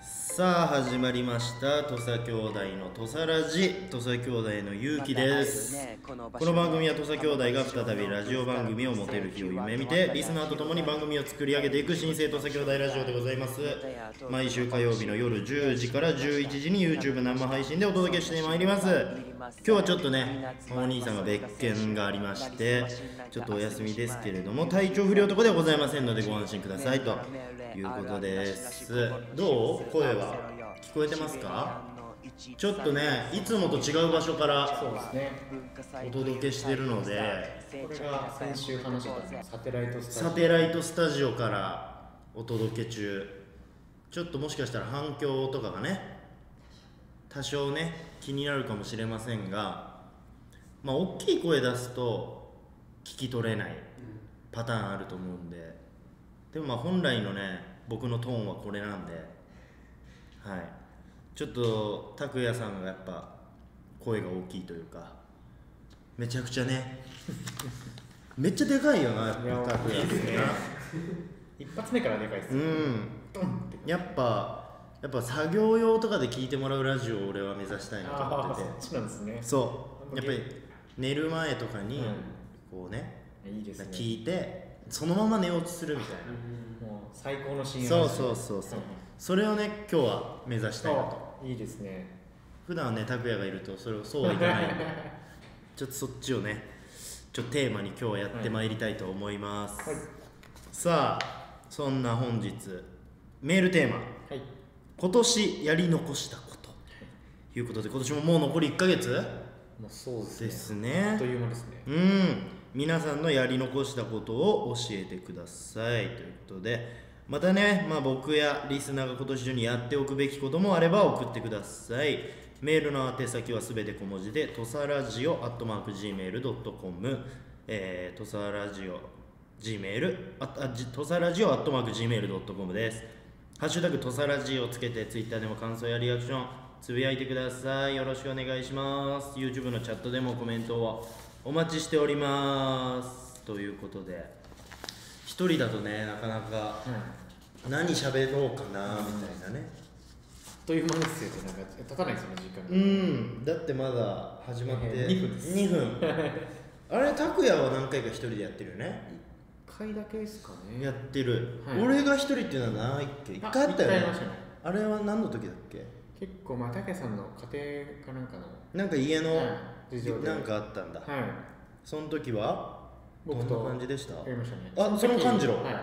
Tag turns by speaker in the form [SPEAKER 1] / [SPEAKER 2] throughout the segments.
[SPEAKER 1] さあ始まりました土佐兄弟の土佐ラジ土佐兄弟の勇気です、
[SPEAKER 2] この
[SPEAKER 1] この番組は土佐兄弟が再びラジオ番組を持てる日を夢見てリスナーと共に番組を作り上げていく新生土佐兄弟ラジオでございます毎週火曜日の夜10時から11時に YouTube 生配信でお届けしてまいります今日はちょっとねお兄さんが別件がありましてちょっとお休みですけれども体調不良とかではございませんのでご安心くださいということですどう声は聞こえてますかちょっとねいつもと違う場所から
[SPEAKER 3] そうですね。
[SPEAKER 1] お届けしてるので
[SPEAKER 3] これが先週話したサテライトス
[SPEAKER 1] サ
[SPEAKER 3] タジ
[SPEAKER 1] テライトスタジオからお届け中ちょっともしかしたら反響とかがね多少ね気になるかもしれませんがまあ大きい声出すと聞き取れないパターンあると思うんででもまあ本来のね僕のトーンはこれなんではいちょっと拓哉さんがやっぱ声が大きいというかめちゃくちゃねめっちゃでかいよなやっぱ
[SPEAKER 3] いや
[SPEAKER 1] 拓哉さん
[SPEAKER 3] いい
[SPEAKER 1] な
[SPEAKER 3] ねオ。一発目からでかいです
[SPEAKER 1] う。んやっぱやっぱ作業用とかで聞いてもらうラジオを俺は目指したいなと思
[SPEAKER 3] あ
[SPEAKER 1] っ
[SPEAKER 3] あ、
[SPEAKER 1] てて
[SPEAKER 3] そっちなんですね。
[SPEAKER 1] そうやっぱり寝る前とかに
[SPEAKER 3] うん
[SPEAKER 1] こうね
[SPEAKER 3] いいですね。
[SPEAKER 1] 聞いてそのまま寝落ちするみたいな
[SPEAKER 3] もう最高のシーン。
[SPEAKER 1] そうそうそうそう
[SPEAKER 3] うん
[SPEAKER 1] それをね今日は目指したいなと
[SPEAKER 3] そう。いいですね。
[SPEAKER 1] 普段はね拓哉がいるとそれをそうはいかない んでちょっとそっちをねちょっとテーマに今日はやってまいりたいと思います、
[SPEAKER 3] はい
[SPEAKER 1] さあそんな本日メールテーマ
[SPEAKER 3] はい。
[SPEAKER 1] 今年やり残したことということで今年ももう残り1ヶ月
[SPEAKER 3] もうそうですね。
[SPEAKER 1] です
[SPEAKER 3] あっと
[SPEAKER 1] ね
[SPEAKER 3] いう間ですね。
[SPEAKER 1] うん皆さんのやり残したことを教えてくださいということでまたね、まあ、僕やリスナーが今年中にやっておくべきこともあれば送ってくださいメールの宛先はすべて小文字で「とさラジオ」「アットマーク Gmail.com」えー「とさラジオ」Gmail、ああじとさラジオ、アットマーク Gmail.com です。ハッシュタグとさラジオをつけて、ツイッターでも感想やリアクション、つぶやいてください。よろしくお願いします。YouTube のチャットでもコメントをお待ちしております。ということで、一人だとね、なかなか
[SPEAKER 3] うん。あ
[SPEAKER 1] 何喋ろうかな、みたいなね。
[SPEAKER 3] っという間ですよ。なんか立たないですよね時間
[SPEAKER 1] う
[SPEAKER 3] が。
[SPEAKER 1] ん、だってまだ始まって
[SPEAKER 3] えー二分です
[SPEAKER 1] 2分 あれ、拓也は何回か一人でやってるよね。
[SPEAKER 3] 一回だけですかね。
[SPEAKER 1] やってる、
[SPEAKER 3] はい
[SPEAKER 1] 俺が一人っていうのはないっけ一回あったよね
[SPEAKER 3] 一回ありましたね
[SPEAKER 1] あれは何の時だっけ
[SPEAKER 3] 結構まあたけさんの家庭かなんかの。
[SPEAKER 1] なんか家の、
[SPEAKER 3] はい事情で
[SPEAKER 1] なんかあったんだ、
[SPEAKER 3] はい。
[SPEAKER 1] その時は
[SPEAKER 3] 僕と
[SPEAKER 1] どんな感じでした
[SPEAKER 3] やりましたね。
[SPEAKER 1] あその
[SPEAKER 3] 時
[SPEAKER 1] 勘次郎
[SPEAKER 3] はい。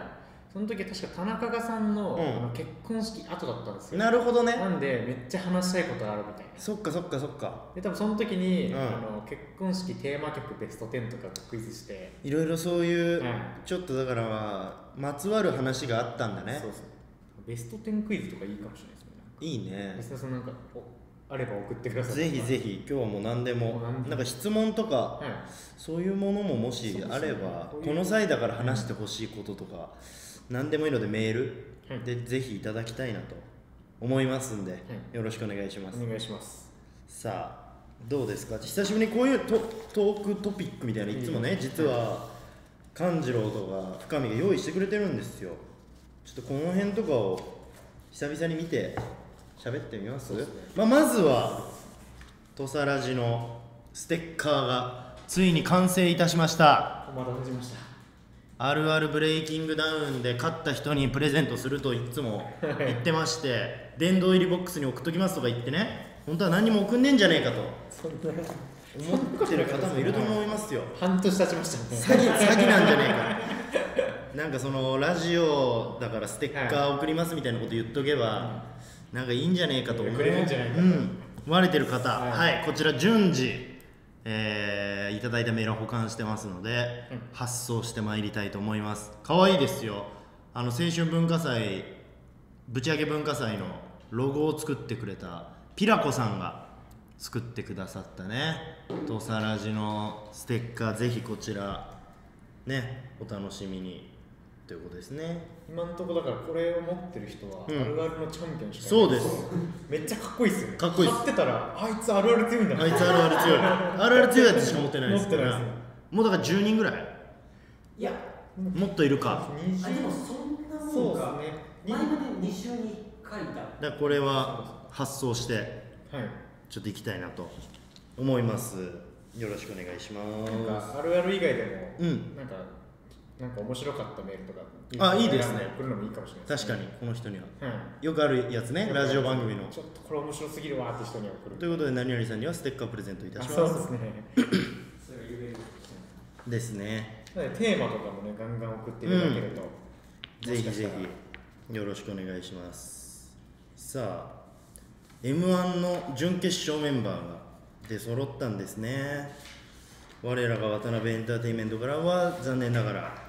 [SPEAKER 3] その時は確か田中がさんの,、
[SPEAKER 1] うん
[SPEAKER 3] あの結婚式後だったんですよ。
[SPEAKER 1] なるほどね
[SPEAKER 3] なんでめっちゃ話したいことがあるみたいな。
[SPEAKER 1] そっかそっかそっか
[SPEAKER 3] で多分その時に、
[SPEAKER 1] うん
[SPEAKER 3] あの結婚式テーマ曲ベスト10とかクイズして、
[SPEAKER 1] いろいろそういう、
[SPEAKER 3] うん
[SPEAKER 1] ちょっとだからまあまつわる話があったんだね
[SPEAKER 3] そうそうベスト10クイズとかいいかもしれないですね。
[SPEAKER 1] いいね
[SPEAKER 3] ベストさんなんかおあれば送ってくださ
[SPEAKER 1] ぜ
[SPEAKER 3] い。
[SPEAKER 1] ひぜひ今日はもう何でも
[SPEAKER 3] もう何でも
[SPEAKER 1] なんか質問とか
[SPEAKER 3] はい。
[SPEAKER 1] そういうものももしあれば
[SPEAKER 3] そうですねこういう
[SPEAKER 1] この際だから話してほしいこととか何でもいいのでメー
[SPEAKER 3] はい
[SPEAKER 1] ルでぜひいただきたいなと思いますんでよろしくお願いします
[SPEAKER 3] お願いします。
[SPEAKER 1] さあどうですか久しぶりにこういうトトークトピックみたいないつもね実は勘次郎とか深見が用意してくれてるんですよちょっとこの辺とかを久々に見て喋ってみますまあ、まずは土佐ラジのステッカーがついに完成いたしました
[SPEAKER 3] お待たせしました。
[SPEAKER 1] あるあるブレイキングダウンで勝った人にプレゼントするといつ も言ってまして殿堂入りボックスに送っときますとか言ってね本当は何も送んねえんじゃねえかと
[SPEAKER 3] そんな
[SPEAKER 1] 思ってる方もいると思いますよ
[SPEAKER 3] 半年経ちました
[SPEAKER 1] 詐
[SPEAKER 3] ね。
[SPEAKER 1] 欺詐欺なんじゃねえかなんかそのラジオだからステッカー送りますみたいなこと言っとけばなんかいいんじゃねえかと思う
[SPEAKER 3] くれるんじゃないかと
[SPEAKER 1] うん思われてる方は
[SPEAKER 3] はい
[SPEAKER 1] い、こちら順次えーいただいたメールを保管してますので、発送してまいりたいと思います可愛いですよあの青春文化祭ぶち上げ文化祭のロゴを作ってくれたピラコさんが作ってくださったねとさらじのステッカーぜひこちらねお楽しみにということですね
[SPEAKER 3] 今のところだからこれを持ってる人は、
[SPEAKER 1] うん
[SPEAKER 3] あるあるのチャンピオンしかい
[SPEAKER 1] そう
[SPEAKER 3] ない
[SPEAKER 1] です
[SPEAKER 3] めっちゃかっこいいっすよね
[SPEAKER 1] かっこいいっす
[SPEAKER 3] 買ってたらあいつあるある強いんだ
[SPEAKER 1] あいつあるある強いあるある強いやつしか持ってないですか
[SPEAKER 3] 持
[SPEAKER 1] ら
[SPEAKER 3] ってないで
[SPEAKER 1] もうだから10人ぐらい
[SPEAKER 4] いや、
[SPEAKER 1] もっといるか
[SPEAKER 3] 20
[SPEAKER 4] あでもそんなもん
[SPEAKER 3] そう
[SPEAKER 4] か。
[SPEAKER 3] ですね
[SPEAKER 4] 前まで2週に1回
[SPEAKER 2] 書いた
[SPEAKER 1] だからこれは発送して
[SPEAKER 3] はい
[SPEAKER 1] ちょっと行きたいなと思いますよろしくお願いし
[SPEAKER 3] なん
[SPEAKER 1] ます
[SPEAKER 3] かあるある以外でも、
[SPEAKER 1] うん
[SPEAKER 3] なんかなんか面白かったメールとか
[SPEAKER 1] あいいですね
[SPEAKER 3] 送るのもいいかもしれないです
[SPEAKER 1] 確か
[SPEAKER 3] ね、
[SPEAKER 1] にこの人には
[SPEAKER 3] は
[SPEAKER 1] よくあるやつね
[SPEAKER 3] い
[SPEAKER 1] ラジオ番組の
[SPEAKER 3] ちょっとこれ面白すぎるわって人には送る
[SPEAKER 1] ということで何々さんにはステッカープレゼントいたしま
[SPEAKER 3] あ
[SPEAKER 1] す
[SPEAKER 3] そうですね
[SPEAKER 2] それが言える
[SPEAKER 1] ですね
[SPEAKER 3] なのでテーマとかもねガンガン送っていただけると、
[SPEAKER 1] ぜひ
[SPEAKER 3] もしかした
[SPEAKER 1] ぜ
[SPEAKER 3] ら
[SPEAKER 1] ひよろしくお願いしますさあ m 1の準決勝メンバーが出揃ったんですね我らが渡辺エンターテインメントからは残念ながら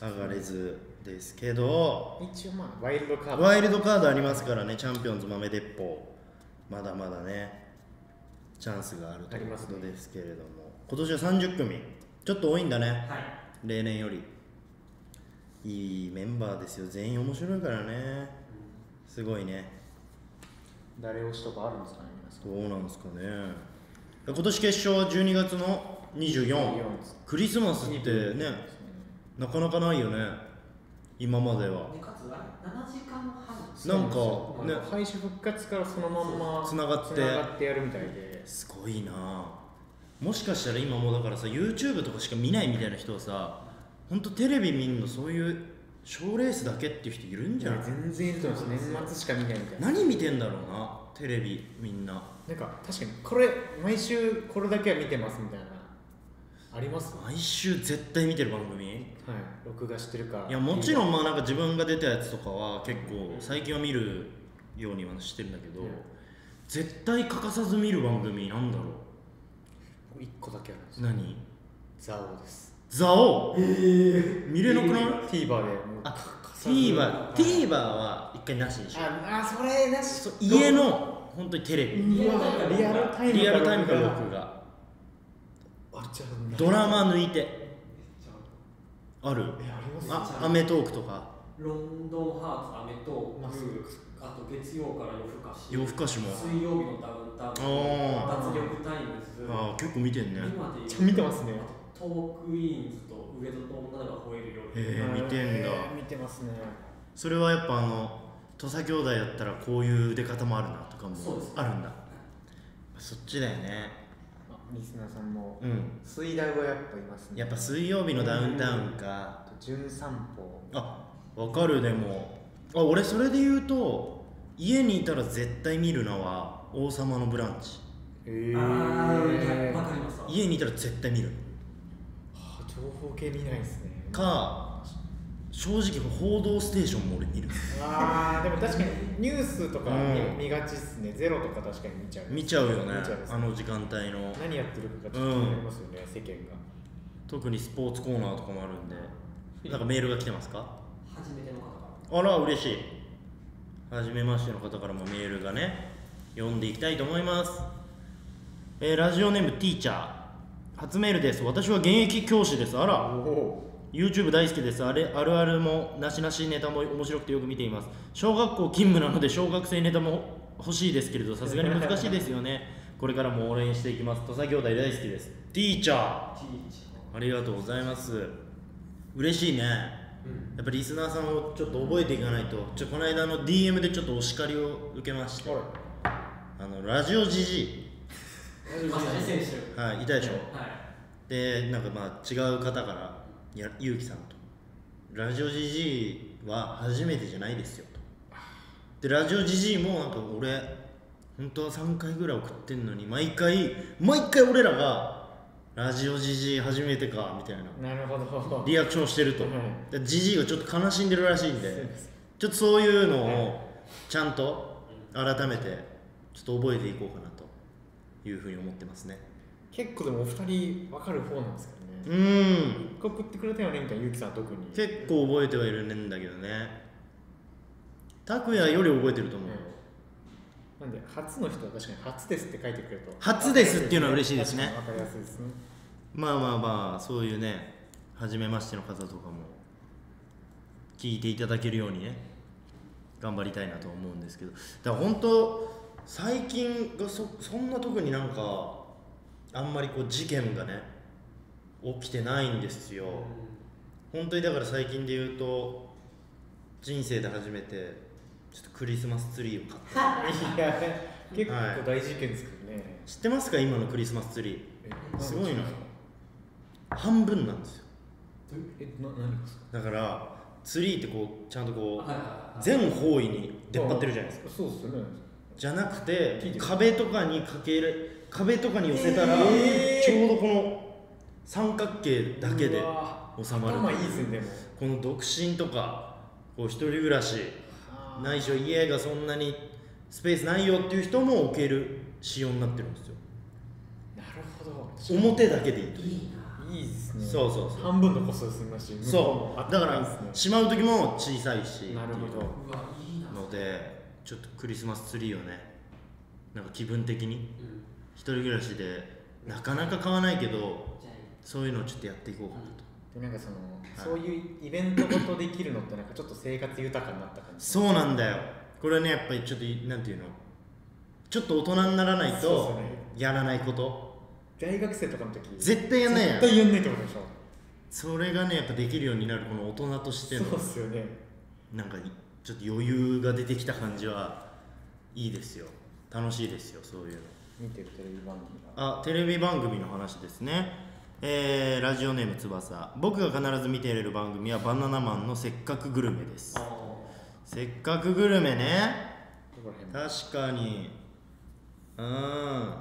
[SPEAKER 1] 上がれずですけど
[SPEAKER 3] 一応まあワイルドカード
[SPEAKER 1] ワイルドカードありますからねチャンピオンズ豆鉄砲まだまだねチャンスがあると
[SPEAKER 3] あ
[SPEAKER 1] い
[SPEAKER 3] り
[SPEAKER 1] う
[SPEAKER 3] ま
[SPEAKER 1] こ
[SPEAKER 3] す
[SPEAKER 1] と
[SPEAKER 3] ね
[SPEAKER 1] ですけれども、今年は30組ちょっと多いんだね
[SPEAKER 2] はい
[SPEAKER 1] 例年よりいいメンバーですよ全員面白いからねすごいね
[SPEAKER 3] 誰推しとかあるんですかね皆さん
[SPEAKER 1] どうなんですかね今年決勝は12月の24
[SPEAKER 3] 4です
[SPEAKER 1] クリスマスってねなかなかないよね今までは
[SPEAKER 2] でかつは7時間半
[SPEAKER 1] なんか
[SPEAKER 3] そう
[SPEAKER 1] ね
[SPEAKER 3] なんですよ敗者復活からそのまんま
[SPEAKER 1] つながって
[SPEAKER 3] つながってやるみたいです
[SPEAKER 1] ごいなもしかしたら今もうだからさ YouTube とかしか見ないみたいな人はさほんとテレビ見んのそういう賞ーレースだけっていう人いるんじゃない
[SPEAKER 3] 全然いると思います年末しか見ないみたいな
[SPEAKER 1] 何見てんだろうなテレビみんな
[SPEAKER 3] なんか確かにこれ毎週これだけは見てますみたいなあります
[SPEAKER 1] 毎週絶対見てる番組
[SPEAKER 3] はい録画してるか
[SPEAKER 1] いやもちろ
[SPEAKER 3] ん
[SPEAKER 1] んまあなんか自分が出たやつとかは結構最近は見るようにはしてるんだけど、
[SPEAKER 3] うん
[SPEAKER 1] 絶対欠かさず見る番組なんだろ
[SPEAKER 3] 一個だけあるんです
[SPEAKER 1] う
[SPEAKER 3] よ
[SPEAKER 1] 何
[SPEAKER 3] ザオです
[SPEAKER 1] ザオ見れなくない
[SPEAKER 3] TVer でもう
[SPEAKER 1] あ
[SPEAKER 3] さず
[SPEAKER 1] TVerTVer TVer は一回なしにしよう
[SPEAKER 3] ああそれなし
[SPEAKER 1] そう家の本当にテレビ
[SPEAKER 3] うわリアルタイム
[SPEAKER 1] リアルタイムから
[SPEAKER 3] 録
[SPEAKER 1] 録画
[SPEAKER 3] 画あじゃあ
[SPEAKER 1] ドラマ抜いてある
[SPEAKER 3] えあります
[SPEAKER 1] あアメトークとか
[SPEAKER 2] ロンドンハーツアメと
[SPEAKER 3] まあそう
[SPEAKER 2] あと月曜から夜更かし
[SPEAKER 1] 夜更かしも
[SPEAKER 2] 水曜日のダウンタウン
[SPEAKER 1] あ
[SPEAKER 2] 脱力タイムズ
[SPEAKER 1] あー結構見てんね
[SPEAKER 2] 今で
[SPEAKER 3] めっ
[SPEAKER 2] 言う
[SPEAKER 3] ち
[SPEAKER 2] と
[SPEAKER 3] ゃ見てますね
[SPEAKER 2] トークイーンズと上田と女が吠える
[SPEAKER 1] へ
[SPEAKER 2] 夜
[SPEAKER 1] え見てんだ
[SPEAKER 3] えー見てますね
[SPEAKER 1] それはやっぱあの土佐兄弟やったらこういう出方もあるなとかも
[SPEAKER 2] そうです
[SPEAKER 1] あるんだそっちだよね
[SPEAKER 3] あリスナーさんも
[SPEAKER 1] うん
[SPEAKER 3] 水大はやっぱいますね
[SPEAKER 1] やっぱ水曜日のダウンタウンか
[SPEAKER 3] あと純散歩
[SPEAKER 1] あわかるでもあ俺それで言うと家にいたら絶対見るのは「王様のブランチ
[SPEAKER 3] え
[SPEAKER 2] あ
[SPEAKER 3] ー
[SPEAKER 2] ーいやわかります」
[SPEAKER 1] 家にいたら絶対見る
[SPEAKER 3] はあ情報系見ないですね
[SPEAKER 1] か正直「報道ステーション」も俺見る
[SPEAKER 3] あーでも確かにニュースとか
[SPEAKER 1] うん
[SPEAKER 3] 見見がちっすね、ゼロとか確かに見ちゃう
[SPEAKER 1] 見ちゃうよね
[SPEAKER 3] 見ちゃです
[SPEAKER 1] あの時間帯の
[SPEAKER 3] 何やってるかがちょっと気になりますよね、世間が
[SPEAKER 1] 特にスポーツコーナーとかもあるんでなんかメールが来てますか
[SPEAKER 2] 初めての方が
[SPEAKER 1] あら嬉しいはじめましての方からもメールがね読んでいきたいと思います、えーラジオネームティーチャー初メールです私は現役教師ですあら
[SPEAKER 3] おお
[SPEAKER 1] YouTube 大好きですあれあるあるもなしなしネタも面白くてよく見ています小学校勤務なので小学生ネタも欲しいですけれどさすがに難しいですよねこれからも応援していきます土佐兄弟大好きですティーチャー
[SPEAKER 2] ティーチ
[SPEAKER 1] ありがとうございます嬉しいね、やっぱリスナーさんをちょっと覚えていかないとちょこの間の DM でちょっとお叱りを受けましてあのラジオじじい
[SPEAKER 2] ャーまさに選手
[SPEAKER 1] はいいたでしょ、
[SPEAKER 2] はい
[SPEAKER 1] でなんかまあ違う方からやゆうきさんと「ラジオじじいは初めてじゃないですよ」とでラジオじじいもなんか俺本当は3回ぐらい送ってんのに毎回毎回俺らが「ラジオじじい初めてか」みたいな
[SPEAKER 3] なるほど
[SPEAKER 1] リアクションしてると
[SPEAKER 3] はい
[SPEAKER 1] でジジイがちょっと悲しんでるらしいんでちょっとそういうのをちゃんと改めてちょっと覚えていこうかなというふうに思ってますね
[SPEAKER 3] 結構でもお二人分かる方なんですけど
[SPEAKER 1] う
[SPEAKER 3] ね
[SPEAKER 1] ーん
[SPEAKER 3] 一個送ってくれたよねみたいなゆうきさんは特に
[SPEAKER 1] 結構覚えてはいるんだけどね拓也より覚えてると思う
[SPEAKER 3] うんなんで初の人は確かに初ですって書いてくれると
[SPEAKER 1] 初ですっていうのは嬉しいですね
[SPEAKER 3] 確かに分かりやすいですね
[SPEAKER 1] まあまあまあそういうね初めましての方とかも聞いていただけるようにね頑張りたいなと思うんですけどだから本当最近がそそんな特になんかあんまりこう事件がね起きてないんですよ本当にだから最近で言うと人生で初めてちょっとクリスマスツリーを買って
[SPEAKER 3] いや結構大事件ですけどね、
[SPEAKER 1] 知ってますか今のクリスマスツリ
[SPEAKER 3] え
[SPEAKER 1] すごいなー半分なんですよ
[SPEAKER 3] えな何がですか
[SPEAKER 1] だからツリーってこうちゃんとこ
[SPEAKER 2] はいは
[SPEAKER 1] う
[SPEAKER 2] いは
[SPEAKER 1] 全
[SPEAKER 2] い
[SPEAKER 1] 方位に出っ張ってるじゃないですか
[SPEAKER 3] かそうっすよね
[SPEAKER 1] じゃなく
[SPEAKER 3] 木
[SPEAKER 1] て
[SPEAKER 3] で
[SPEAKER 1] 壁とかにかける壁とかに寄せたら、
[SPEAKER 3] えー
[SPEAKER 1] ちょうどこの三角形だけで
[SPEAKER 2] うわ
[SPEAKER 1] 収ま
[SPEAKER 3] 頭い
[SPEAKER 1] る
[SPEAKER 3] いですねでも
[SPEAKER 1] この独身とかこう一人暮らしないしょ家がそんなにスペースないよっていう人も置ける仕様になってるんですよ
[SPEAKER 3] なるほど
[SPEAKER 1] 表だけでいいと
[SPEAKER 2] ー
[SPEAKER 1] いう
[SPEAKER 2] いいない
[SPEAKER 3] いですね
[SPEAKER 1] そうそうそう
[SPEAKER 3] 半分の個数済みますし向こ
[SPEAKER 1] そう
[SPEAKER 3] も
[SPEAKER 1] うだから
[SPEAKER 3] です
[SPEAKER 1] しまう時も小さいし
[SPEAKER 3] ねなるほど
[SPEAKER 2] うわいいな
[SPEAKER 1] のでちょっとクリスマスツリーをねなんか気分的に
[SPEAKER 2] うん
[SPEAKER 1] 一人暮らしでなかなか買わないけど
[SPEAKER 2] じゃあ
[SPEAKER 1] そういうのをちょっとやっていこうかなと
[SPEAKER 3] でなんかその、そういうイベントごとできるのってなんかちょっと生活豊かになった感じ
[SPEAKER 1] そうなんだよこれはねやっぱりちょっといなんていうのちょっと大人にならない
[SPEAKER 3] そうそ
[SPEAKER 1] と
[SPEAKER 3] うね
[SPEAKER 1] やらないこと
[SPEAKER 3] 大学生とかの時
[SPEAKER 1] 絶対やんないやん
[SPEAKER 3] 絶対やんないと思うでしょ
[SPEAKER 1] それがねやっぱできるようになるこの大人としての
[SPEAKER 3] そうっすよね
[SPEAKER 1] なんかいちょっと余裕が出てきた感じはいいですよ楽しいですよそういうの
[SPEAKER 3] 見てるテレビ番組が
[SPEAKER 1] あテレビ番組の話ですねえーラジオネーム翼僕が必ず見ている番組は「バナナマンのせっかくグルメ」です
[SPEAKER 2] あ
[SPEAKER 1] せっかくグルメね
[SPEAKER 3] どこら辺
[SPEAKER 1] 確かにうん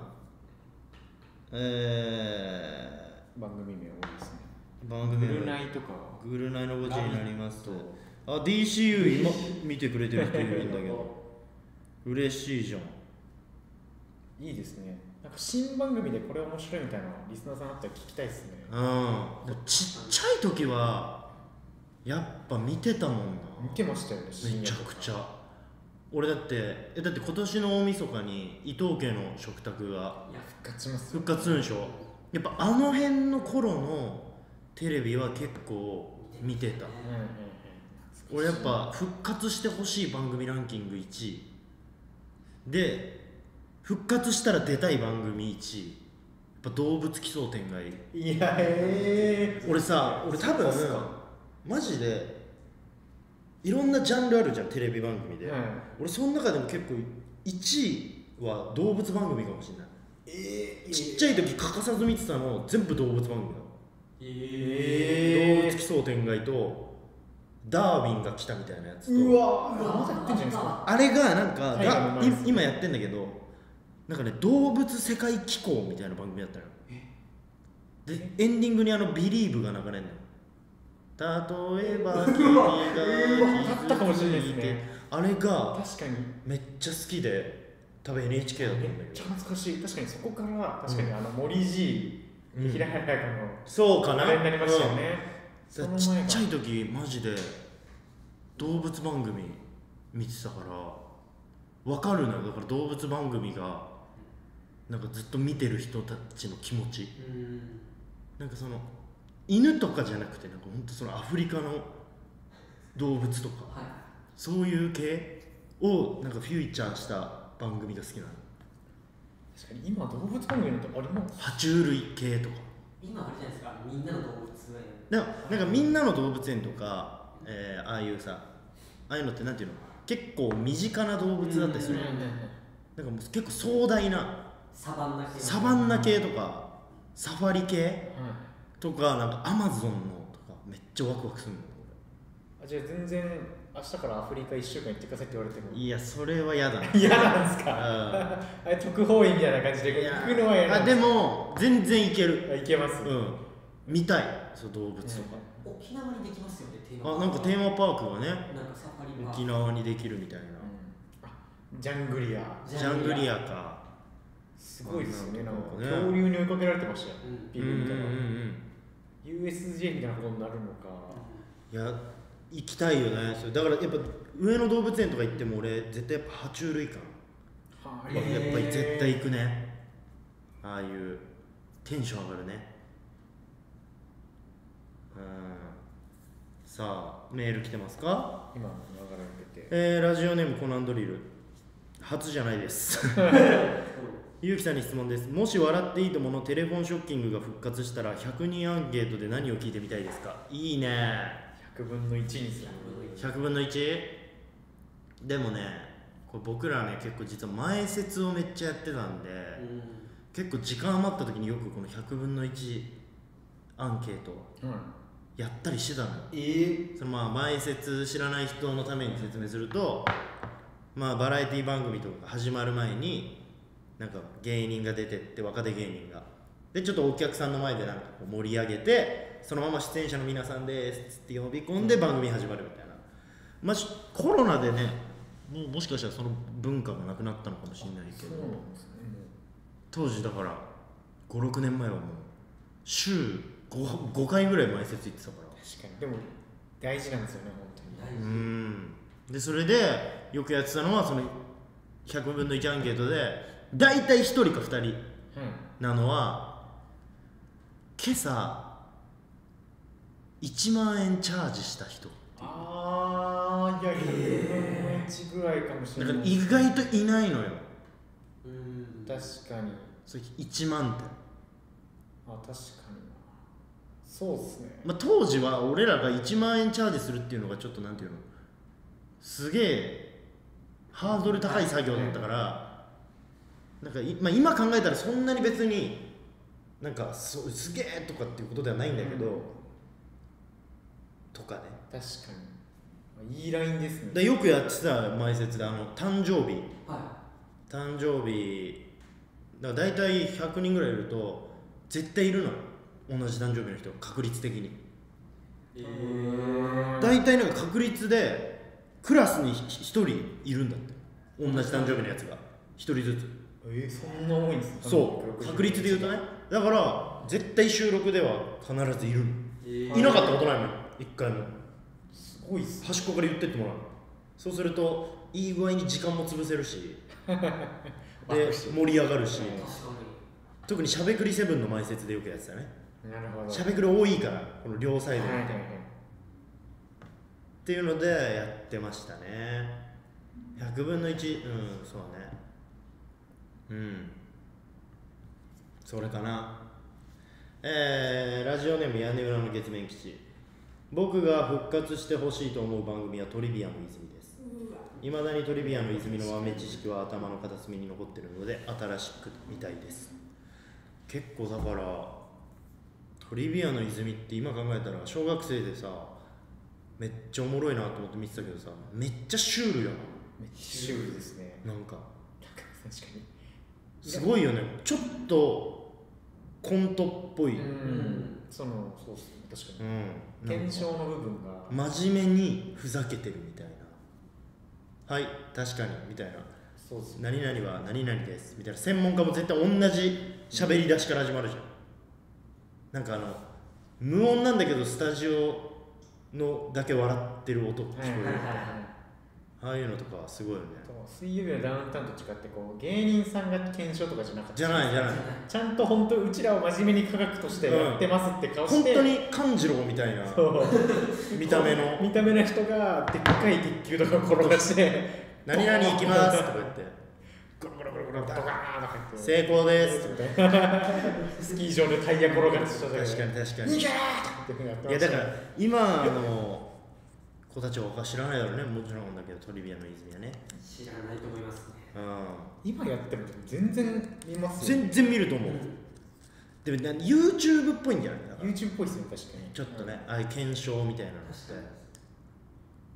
[SPEAKER 1] え
[SPEAKER 3] 番組名多いですね
[SPEAKER 1] ー、番組
[SPEAKER 2] ー
[SPEAKER 1] の
[SPEAKER 2] イとか
[SPEAKER 1] グルナイの5時になります
[SPEAKER 3] ラビッ
[SPEAKER 1] あ DCU 今見てくれてる人いるんだけど 嬉しいじゃん
[SPEAKER 3] いいですねなんか新番組でこれ面白いみたいなのリスナーさんあったら聞きたいですね
[SPEAKER 1] うんちっちゃい時はやっぱ見てたもん
[SPEAKER 3] 見
[SPEAKER 1] な
[SPEAKER 3] てましたよね深
[SPEAKER 1] め
[SPEAKER 3] 夜
[SPEAKER 1] ち
[SPEAKER 3] と
[SPEAKER 1] ゃ
[SPEAKER 3] か
[SPEAKER 1] くちゃ俺だってえだって今年の大晦日に伊藤家の食卓が
[SPEAKER 2] いや
[SPEAKER 3] 勝ちますよ
[SPEAKER 1] 復活するんでしょやっぱあの辺の頃のテレビは結構見てた
[SPEAKER 3] うんうんうん
[SPEAKER 1] 俺やっぱ復活してほしい番組ランキング1位で復活したら出たい番組1位やっぱ動物奇想天外
[SPEAKER 3] いやええ
[SPEAKER 1] 俺さ俺多分
[SPEAKER 3] そうっすか
[SPEAKER 1] マジでいろんなジャンルあるじゃんテレビ番組で、
[SPEAKER 3] うん
[SPEAKER 1] 俺その中でも結構1位は動物番組かもしれない、
[SPEAKER 3] ええ
[SPEAKER 1] ちっちゃい時欠かさず見てたの全部動物番組だ、
[SPEAKER 3] え
[SPEAKER 1] 動
[SPEAKER 3] え
[SPEAKER 1] 物奇想天外とダーウィンが来たみたいなやつと
[SPEAKER 3] うわ
[SPEAKER 2] うわ
[SPEAKER 3] まだやってんじゃないですか
[SPEAKER 1] あれがなんか、
[SPEAKER 3] 大河の
[SPEAKER 1] だ
[SPEAKER 3] 前です
[SPEAKER 1] い今やってんだけどなんかね動物世界機構みたいな番組だったのよでエンディングにあの「ビリーブが流れるのよ例えば君が
[SPEAKER 3] あったかもしれない
[SPEAKER 1] 傷つい
[SPEAKER 3] です
[SPEAKER 1] て
[SPEAKER 3] ね
[SPEAKER 1] あれが
[SPEAKER 3] 確かに
[SPEAKER 1] めっちゃ好きで多分 NHK だと思うんだ
[SPEAKER 3] めっ
[SPEAKER 1] け
[SPEAKER 3] ち
[SPEAKER 1] ど
[SPEAKER 3] ゃ懐かしい確かにそこから確かにあの森爺
[SPEAKER 1] うん
[SPEAKER 3] 平原綾香の
[SPEAKER 1] そうかな
[SPEAKER 3] あれになりましたよ
[SPEAKER 1] うん
[SPEAKER 3] ね
[SPEAKER 1] だ
[SPEAKER 3] そ
[SPEAKER 1] か
[SPEAKER 3] の
[SPEAKER 1] らち
[SPEAKER 3] 前
[SPEAKER 1] っ
[SPEAKER 3] が
[SPEAKER 1] ちゃい時マジで動物番組見てたからわかるのよだから動物番組がなんかずっと見てる人たちの気持ち
[SPEAKER 2] うん
[SPEAKER 1] なんかその犬とかじゃなくてなんかほんとそのアフリカの動物とか
[SPEAKER 2] はい
[SPEAKER 1] そういう系をなんかフューチャーした番組が好きなの
[SPEAKER 3] 確かに今動物番組なんてあります
[SPEAKER 1] 爬虫類系とか
[SPEAKER 2] 今あれじゃないですかみんなの動物園
[SPEAKER 1] なんかなんかみんなの動物園とか、えーああいうさああいうのってなんていうの結構身近な動物だったりする
[SPEAKER 2] うん
[SPEAKER 1] なんかもう結構壮大な
[SPEAKER 2] サバンナ系
[SPEAKER 1] サバンナ系とかサファリ系
[SPEAKER 3] はい
[SPEAKER 1] とかなんかアマゾンのとかめっちゃワクワクするのよ
[SPEAKER 3] あじゃあ全然明日からアフリカ1週間行ってくださいって言われても
[SPEAKER 1] 俺いやそれは嫌だな
[SPEAKER 3] 嫌なんですか
[SPEAKER 1] う
[SPEAKER 3] あれ特報員みたいな感じ
[SPEAKER 1] んい
[SPEAKER 3] で
[SPEAKER 1] や
[SPEAKER 3] 行くのは嫌な
[SPEAKER 1] あ
[SPEAKER 3] ん
[SPEAKER 1] ですも全然いける
[SPEAKER 3] あ行けます、
[SPEAKER 1] う
[SPEAKER 3] うん
[SPEAKER 1] 見たいそう動物とか、
[SPEAKER 2] 沖縄にできますよねテーマ
[SPEAKER 1] あなんかテーマパークがね
[SPEAKER 2] なんかサファリパーク
[SPEAKER 1] 沖縄にできるみたいな、
[SPEAKER 3] んジャングリア
[SPEAKER 1] ジャングリアか
[SPEAKER 3] すごいですよねなんか
[SPEAKER 1] ね
[SPEAKER 3] 恐竜に追いかけられてましたよ、
[SPEAKER 2] うん
[SPEAKER 3] ビルみたいな、
[SPEAKER 1] うんうんうん
[SPEAKER 3] USJ みたいなことになるのか、
[SPEAKER 1] いや行きたいよねそれだからやっぱ上野動物園とか行っても俺絶対やっぱ爬虫類館
[SPEAKER 3] は
[SPEAKER 1] やっぱり絶対行くねああいうテンション上がるねうんさあメール来てますか
[SPEAKER 3] 今の流れてて
[SPEAKER 1] えー、ラジオネームコナンドリル初じゃないです ゆうきさんに質問ですもし「笑っていいとも」のテレフォンショッキングが復活したら100人アンケートで何を聞いてみたいですかいいね
[SPEAKER 3] 100分の1にする
[SPEAKER 1] 100分の 1? でもねこれ僕らね結構実は前説をめっちゃやってたんで、
[SPEAKER 2] うん
[SPEAKER 1] 結構時間余った時によくこの100分の1アンケートやったりしてたのよ
[SPEAKER 2] え
[SPEAKER 1] そのまあ前説知らない人のために説明するとまあバラエティ番組とかが始まる前になんか芸人が出てって若手芸人がでちょっとお客さんの前でなんかこう盛り上げてそのまま出演者の皆さんですっつって呼び込んで番組始まるみたいなまあしコロナでねもうもしかしたらその文化がなくなったのかもしれないけ
[SPEAKER 3] そう
[SPEAKER 1] ど
[SPEAKER 3] なんですね
[SPEAKER 1] 当時だから56年前はもう週 5, 5回ぐらい前説行ってたから
[SPEAKER 3] 確かにでも大事なんですよね本
[SPEAKER 2] 大
[SPEAKER 1] う
[SPEAKER 2] 事
[SPEAKER 1] んでそれでよくやってたのはその100分の1アンケートで大体1人か2人
[SPEAKER 3] 当にはい
[SPEAKER 1] なのは今朝1万円チャージした人
[SPEAKER 3] ああいや100分の1ぐらいかもし
[SPEAKER 1] だ
[SPEAKER 3] れ
[SPEAKER 1] か
[SPEAKER 3] ない
[SPEAKER 1] ら意外といないのよ
[SPEAKER 2] うん
[SPEAKER 3] 確かに
[SPEAKER 1] それ1万って、
[SPEAKER 3] あ確かにそうですね
[SPEAKER 1] まあ、当時は俺らが1万円チャージするっていうのがちょっとなんていうのすげえハードル高い作業だったからなんかい、まあ、今考えたらそんなに別になんかそうすげえとかっていうことではないんだけど、
[SPEAKER 3] うん
[SPEAKER 1] とかね
[SPEAKER 3] 確かにいいラインですね
[SPEAKER 1] でよくやってた前説であの誕生日
[SPEAKER 2] は
[SPEAKER 1] 誕生日だから大体100人ぐらいいると絶対いるのよ同じ誕生日の人確率的に
[SPEAKER 2] いえ
[SPEAKER 3] うん
[SPEAKER 1] 大体なんか確率でクラスに1人いるんだって同じ誕生日のやつが1人ず
[SPEAKER 3] えそんな多いんです
[SPEAKER 1] つ
[SPEAKER 3] か
[SPEAKER 1] そう確率で言うとねだから絶対収録では必ずいる
[SPEAKER 2] ー
[SPEAKER 1] のいなかったことないのよ一回も
[SPEAKER 3] すごいっす
[SPEAKER 1] 端っこから言ってってもらうのそうするといい具合に時間も潰せるしで盛り上がるし
[SPEAKER 2] 確か
[SPEAKER 1] 特にしゃべくり7の前説でよくやってたね
[SPEAKER 3] なるほど
[SPEAKER 1] しゃべくり多いからこの両サイドに、
[SPEAKER 3] はいはい
[SPEAKER 1] っ
[SPEAKER 3] はい
[SPEAKER 1] ていうのでやってましたね100分の1うんそうねうんそれかなえー、ラジオネーム屋根裏の月面基地僕が復活してほしいと思う番組はトリビアの泉ですいまだにトリビアの泉の豆知識は頭の片隅に残ってるので新しく見たいです結構だからトリビアの泉って今考えたら小学生でさめっちゃおもろいなと思って見てたけどさめっちゃシュールや
[SPEAKER 3] めっちゃシュールですね
[SPEAKER 1] ななんか
[SPEAKER 3] なんか確かに
[SPEAKER 1] すごいよねちょっとコントっぽい、うん
[SPEAKER 3] うんそのそうっすね確かに
[SPEAKER 1] なんか
[SPEAKER 3] 検証の部分が
[SPEAKER 1] 真面目にふざけてるみたいなはい確かにみたいな
[SPEAKER 3] そうっすね
[SPEAKER 1] 何々は何々ですみたいな専門家も絶対同じ喋り出しから始まるじゃんなんかあの無音なんだけどスタジオのだけ笑ってる音聞こ
[SPEAKER 3] はい
[SPEAKER 1] え
[SPEAKER 3] はいはい
[SPEAKER 1] る
[SPEAKER 3] はい
[SPEAKER 1] ああいうのとかはすごいよね
[SPEAKER 3] そう水曜日のダウンタウンと違ってこう芸人さんが検証とかじゃなかった
[SPEAKER 1] じゃないじゃない
[SPEAKER 3] ちゃんと本当うちらを真面目に科学としてやってますって顔
[SPEAKER 1] 本
[SPEAKER 3] して、
[SPEAKER 1] 当に勘次郎みたいな
[SPEAKER 3] そう
[SPEAKER 1] 見た目の
[SPEAKER 3] 見た目の人がでっかい鉄球とかを転がして
[SPEAKER 1] 「何々行きます」とか言って
[SPEAKER 3] ゴロゴロゴロゴロドカーンとか
[SPEAKER 1] 「
[SPEAKER 3] 言って
[SPEAKER 1] 成功です」とか
[SPEAKER 3] スキー場でタイヤ転がしてた
[SPEAKER 1] 確かに確かに
[SPEAKER 3] 逃げーってやっ
[SPEAKER 1] いや
[SPEAKER 3] てました
[SPEAKER 1] だから今の子たちは知らないだろうねもちろんだけどトリビアの泉はね
[SPEAKER 2] 知らないと思いますね
[SPEAKER 1] うん
[SPEAKER 3] 今やっても全然見ますよ
[SPEAKER 1] 全然見ると思う、でもな YouTube っぽいんじゃないだから
[SPEAKER 3] YouTube っぽいですね確かに
[SPEAKER 1] ちょっとね、ああいう検証みたいなのして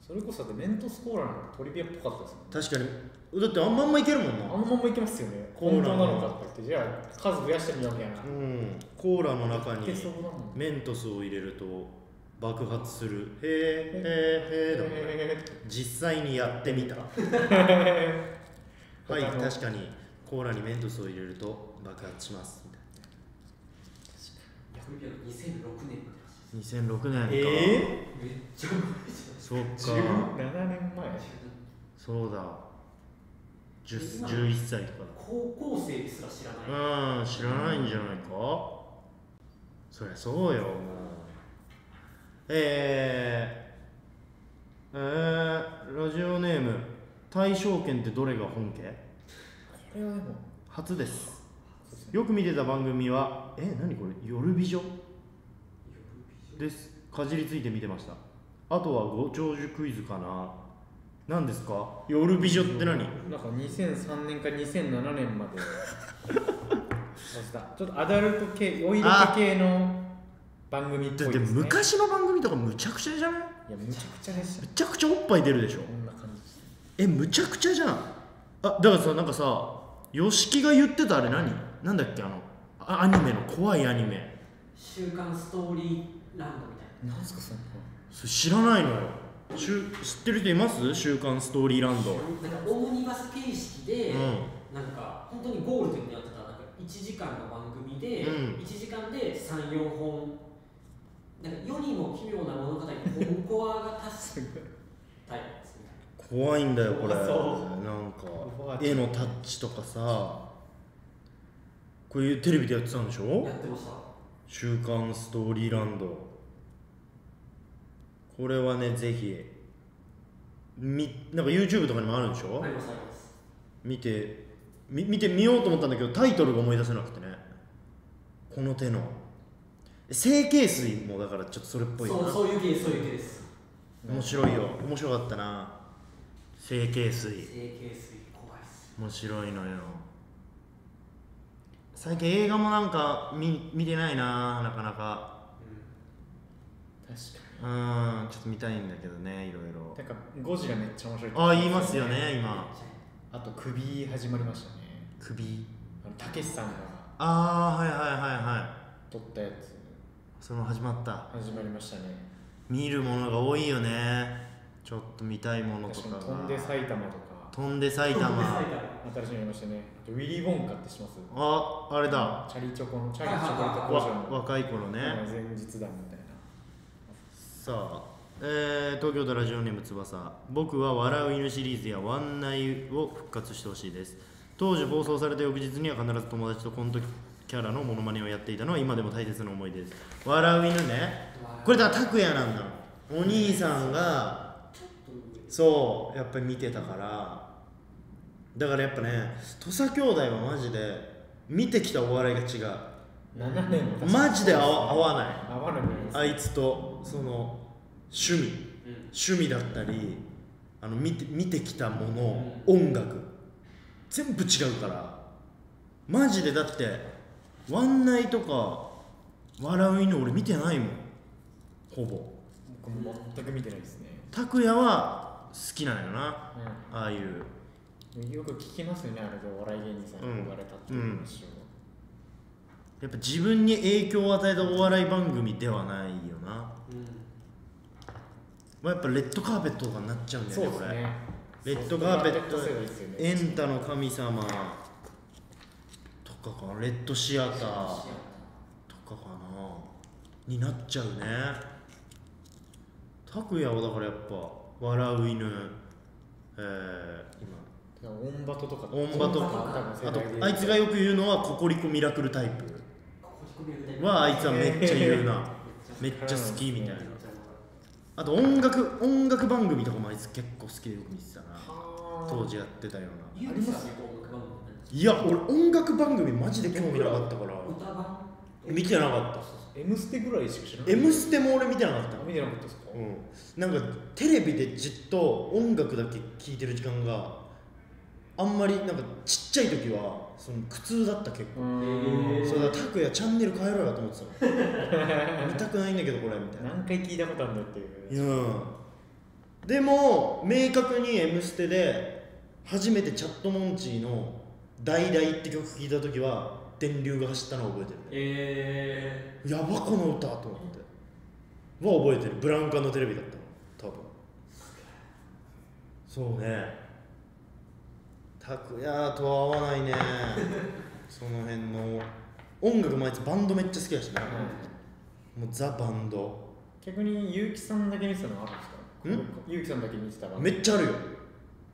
[SPEAKER 3] それこそだってメントスコーラのトリビアっぽかったですもんね
[SPEAKER 1] 確かにだってあんまんまいけるもん
[SPEAKER 3] あ
[SPEAKER 1] な
[SPEAKER 3] のまんまいけますよね
[SPEAKER 1] コー
[SPEAKER 3] 本
[SPEAKER 1] ラ
[SPEAKER 3] 当
[SPEAKER 1] の
[SPEAKER 3] なのかって言ってじゃあ数増やしてみようみたいな
[SPEAKER 1] うんコーラの中
[SPEAKER 3] い
[SPEAKER 1] に
[SPEAKER 3] けそうだもん
[SPEAKER 1] メントスを入れると爆発するへーへーへーだもんね実際にやってみ たはい
[SPEAKER 3] 他の
[SPEAKER 1] 確かにコーラにメントスを入れると爆発しますみたい
[SPEAKER 2] トリビアの2006年までらし
[SPEAKER 1] な2006年か、
[SPEAKER 3] え
[SPEAKER 2] いめっちゃ前じ
[SPEAKER 1] そっ
[SPEAKER 2] ゃん
[SPEAKER 3] ー、
[SPEAKER 1] か
[SPEAKER 3] ?17 年前
[SPEAKER 1] そうだ10 11歳とかだ
[SPEAKER 2] 高校生ですら知らない、
[SPEAKER 1] うん知らないんじゃないかそりゃそうよもうえー、えー、ラジオネーム大正圏ってどれが本家
[SPEAKER 3] これはでも、
[SPEAKER 1] 初です
[SPEAKER 3] そうですね
[SPEAKER 1] よく見てた番組はえ何これ夜美女ですかじりついて見てましたあとはご長寿クイズかな何ですか夜美女って何
[SPEAKER 3] なんか2003年か2007年までちょっとアダルト系お色気系の番組っぽい
[SPEAKER 1] だ
[SPEAKER 3] で
[SPEAKER 1] っ
[SPEAKER 3] す
[SPEAKER 1] て
[SPEAKER 3] ね
[SPEAKER 1] 昔の番組とかむちゃくちゃじゃない
[SPEAKER 3] いやむちゃくちゃでした
[SPEAKER 1] む
[SPEAKER 3] ね
[SPEAKER 1] ちゃくちゃおっぱい出るでしょ
[SPEAKER 3] こんな感じ
[SPEAKER 1] えむちゃくちゃじゃんあだからさなんかさ吉木が言ってたあれ何なんだっけあのあアニメの怖いアニメ
[SPEAKER 2] 週刊ストーリーランドみたい
[SPEAKER 3] なんすかそんな
[SPEAKER 1] それ知らないのよしゅ知ってる人います週刊ストーリーランドう
[SPEAKER 2] な。なんかオーニバス形式で、
[SPEAKER 1] ん
[SPEAKER 2] なんか本当にゴールデンでやってたなんか1時間の番組で、
[SPEAKER 1] うん
[SPEAKER 2] 1時間で34本なんか世にも奇妙な物語に本コアが達すタイプですね
[SPEAKER 1] 怖いんだよこれなん
[SPEAKER 3] 怖
[SPEAKER 1] か
[SPEAKER 3] そ
[SPEAKER 1] 絵のタッチとかさこういうテレビでやってたんでしょ
[SPEAKER 2] やってました
[SPEAKER 1] 「週刊ストーリーランド」これはねぜひみなんか YouTube とかにもあるんでしょ、
[SPEAKER 2] ありますあります
[SPEAKER 1] 見てみ見てみようと思ったんだけどタイトルが思い出せなくてねこの手の整形水もだからちょっとそれっぽいな
[SPEAKER 2] そうそういう系そういう系です
[SPEAKER 1] 面白いよ面白かったな整形
[SPEAKER 2] 整
[SPEAKER 1] 水
[SPEAKER 2] 形水怖いっす
[SPEAKER 1] 面白いのよ最近映画もなんか見見てないななかなか
[SPEAKER 3] 確
[SPEAKER 1] うーんちょっと見たいんだけどねいろいろ
[SPEAKER 3] かになんかゴジラめっちゃ面白い
[SPEAKER 1] あ言いますよね今
[SPEAKER 3] あと首始まりましたね
[SPEAKER 1] 首
[SPEAKER 3] あのたけしさんが
[SPEAKER 1] ああはいはいはいはい
[SPEAKER 3] 撮ったやつ
[SPEAKER 1] それも始まった
[SPEAKER 3] 始まりましたね
[SPEAKER 1] 見るものが多いよねちょっと見たいものと
[SPEAKER 3] 確
[SPEAKER 1] か
[SPEAKER 3] か
[SPEAKER 1] が
[SPEAKER 3] に「飛んで埼玉」とか
[SPEAKER 1] 飛んで埼
[SPEAKER 2] うん
[SPEAKER 1] 玉
[SPEAKER 2] 埼玉
[SPEAKER 3] 新しいのやりましたねあとウィリー・ウォンカって知ってます
[SPEAKER 1] ああれだ
[SPEAKER 3] チャリチョコのチャリチョコのところじゃ
[SPEAKER 1] わ若い頃ね、
[SPEAKER 3] 前日談みたいな
[SPEAKER 1] さあ、えー東京都ラジオネーム翼僕は「笑う犬」シリーズや「ワンナイ」を復活してほしいです当時放送された翌日には必ず友達とコントキャラのモノマネをやっていたのは今でも大切な思い出です「笑う犬ね」これだから拓哉なんだお兄さんがそうやっぱり見てたからだからやっぱね土佐兄弟はマジで見てきたお笑いが違う
[SPEAKER 3] 7年も
[SPEAKER 1] マジで合わ合わない
[SPEAKER 3] 合わない
[SPEAKER 1] あいつとその趣味
[SPEAKER 2] うん
[SPEAKER 1] 趣味だったりあの見て見てきたもの、音楽全部違うからマジでだって「ワンナイ」とか「笑う犬」俺見てないもんほぼ
[SPEAKER 3] 僕も全く見てないですね、
[SPEAKER 1] 拓哉は好きなんよな
[SPEAKER 3] う、
[SPEAKER 1] ああいうん
[SPEAKER 3] よく聞きますよねあれでお笑い芸人さんに言われたっていう話を、
[SPEAKER 1] やっぱ自分に影響を与えたお笑い番組ではないよな、
[SPEAKER 2] うん
[SPEAKER 1] まあ、やっぱレッドカーペットとかになっちゃうんだよ
[SPEAKER 3] そう
[SPEAKER 1] ね
[SPEAKER 3] で
[SPEAKER 1] これ
[SPEAKER 3] すね
[SPEAKER 1] レッドカーペット
[SPEAKER 3] レドカ世代ですよね
[SPEAKER 1] エンタの神様とかかなレッドシアターと
[SPEAKER 2] シア
[SPEAKER 1] かかなになっちゃうね拓哉はだからやっぱ「笑う犬」えー、
[SPEAKER 3] オンバトとか
[SPEAKER 1] オンバトと
[SPEAKER 2] か
[SPEAKER 1] 今あとあいつがよく言うのは「ココリコミラクルタイ
[SPEAKER 2] ここ引っ込みやりたい
[SPEAKER 1] プ」はあいつはめっちゃ言う な
[SPEAKER 2] めっちゃ
[SPEAKER 1] めっちゃ好きみたいな
[SPEAKER 2] めっちゃ
[SPEAKER 1] あと音楽音楽番組とかもあいつ結構好きでよく見てたな当
[SPEAKER 3] 当
[SPEAKER 1] 時やってたような
[SPEAKER 2] ゆうきさんの音楽番組なんです
[SPEAKER 1] いや俺音楽番組マジで興味なかったから
[SPEAKER 2] 歌番
[SPEAKER 1] 見てなかった
[SPEAKER 3] 「M ステ」ぐらいしか知らない
[SPEAKER 1] M ステも俺見てなかった
[SPEAKER 3] 見てなかったですか、
[SPEAKER 1] うんなんかテレビでじっと音楽だけ聴いてる時間があんまりなんかちっちゃい時はその苦痛だった結構、
[SPEAKER 3] う
[SPEAKER 2] へー
[SPEAKER 1] それだから拓哉チャンネル変えろよと思ってた の見たくないんだけどこれみたいな
[SPEAKER 3] 何回聞いたことあるんだっていう
[SPEAKER 1] うんでも明確に「M ステ」で初めてチャットモンチーの「ダイダイ」って曲聴いた時は電流が走ったのを覚えてる
[SPEAKER 2] え
[SPEAKER 1] やばこの歌と思っては覚えてるブラウン管のテレビだったの多分そうね拓哉とは合わないねその辺の音楽もあいつバンドめっちゃ好きだしな
[SPEAKER 2] ー、
[SPEAKER 1] もうザ・バンド
[SPEAKER 3] 逆に結城さんだけ見てたのはあるんですか結城さんだけ見てたの
[SPEAKER 1] めっちゃあるよ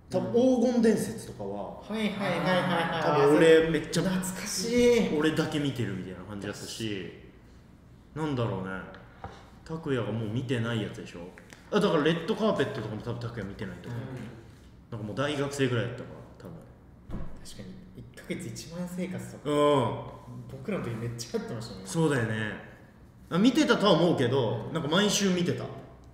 [SPEAKER 1] 多分黄金伝説とかは
[SPEAKER 3] はいはいはいはいはい
[SPEAKER 1] 多分俺めっちゃ
[SPEAKER 3] 懐かしい
[SPEAKER 1] 俺だけ見てるみたいな感じだったしなんだろうね拓哉がもう見てないやつでしょあだからレッドカーペットとかも多分拓哉見てないと思う、なんかもう大学生ぐらいだったから
[SPEAKER 3] 確かに1ヶ月1万円生活とか
[SPEAKER 1] 多分うん
[SPEAKER 3] 僕らの時めっちゃやってましたね
[SPEAKER 1] そうだよねあ見てたとは思うけどなんか毎週見てた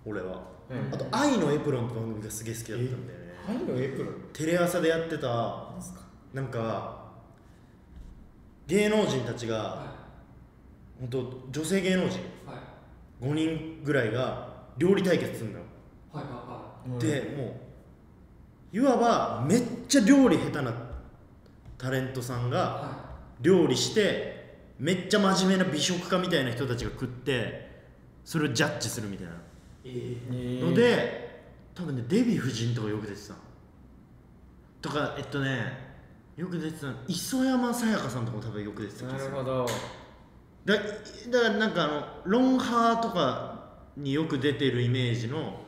[SPEAKER 1] 俺は、
[SPEAKER 3] うん
[SPEAKER 1] あと「愛のエプロン」って番組がすげえ好きだったんだよね
[SPEAKER 3] 愛のエプロン
[SPEAKER 1] テレ朝でやってた
[SPEAKER 3] なんすか
[SPEAKER 1] なんか芸能人たち
[SPEAKER 2] は
[SPEAKER 1] が本当女性芸能人
[SPEAKER 2] いはい
[SPEAKER 1] 5人ぐらいが料理対決するのよ、
[SPEAKER 2] はいはいは
[SPEAKER 1] でもういわばめっちゃ料理下手なタレントさん
[SPEAKER 2] い
[SPEAKER 1] が
[SPEAKER 2] は
[SPEAKER 1] 料理してめっちゃ真面目な美食家みたいな人たちが食ってそれをジャッジするみたいない
[SPEAKER 2] え
[SPEAKER 3] えー
[SPEAKER 1] ので多分ねデヴィ夫人とかよく出てたのとかえっとねよく出てたの磯山さやかさんとかも多分よく出てた気
[SPEAKER 3] な
[SPEAKER 1] がす
[SPEAKER 3] る
[SPEAKER 1] る
[SPEAKER 3] ほど
[SPEAKER 1] だだからなんかあのロンハーとかによく出てるイメージの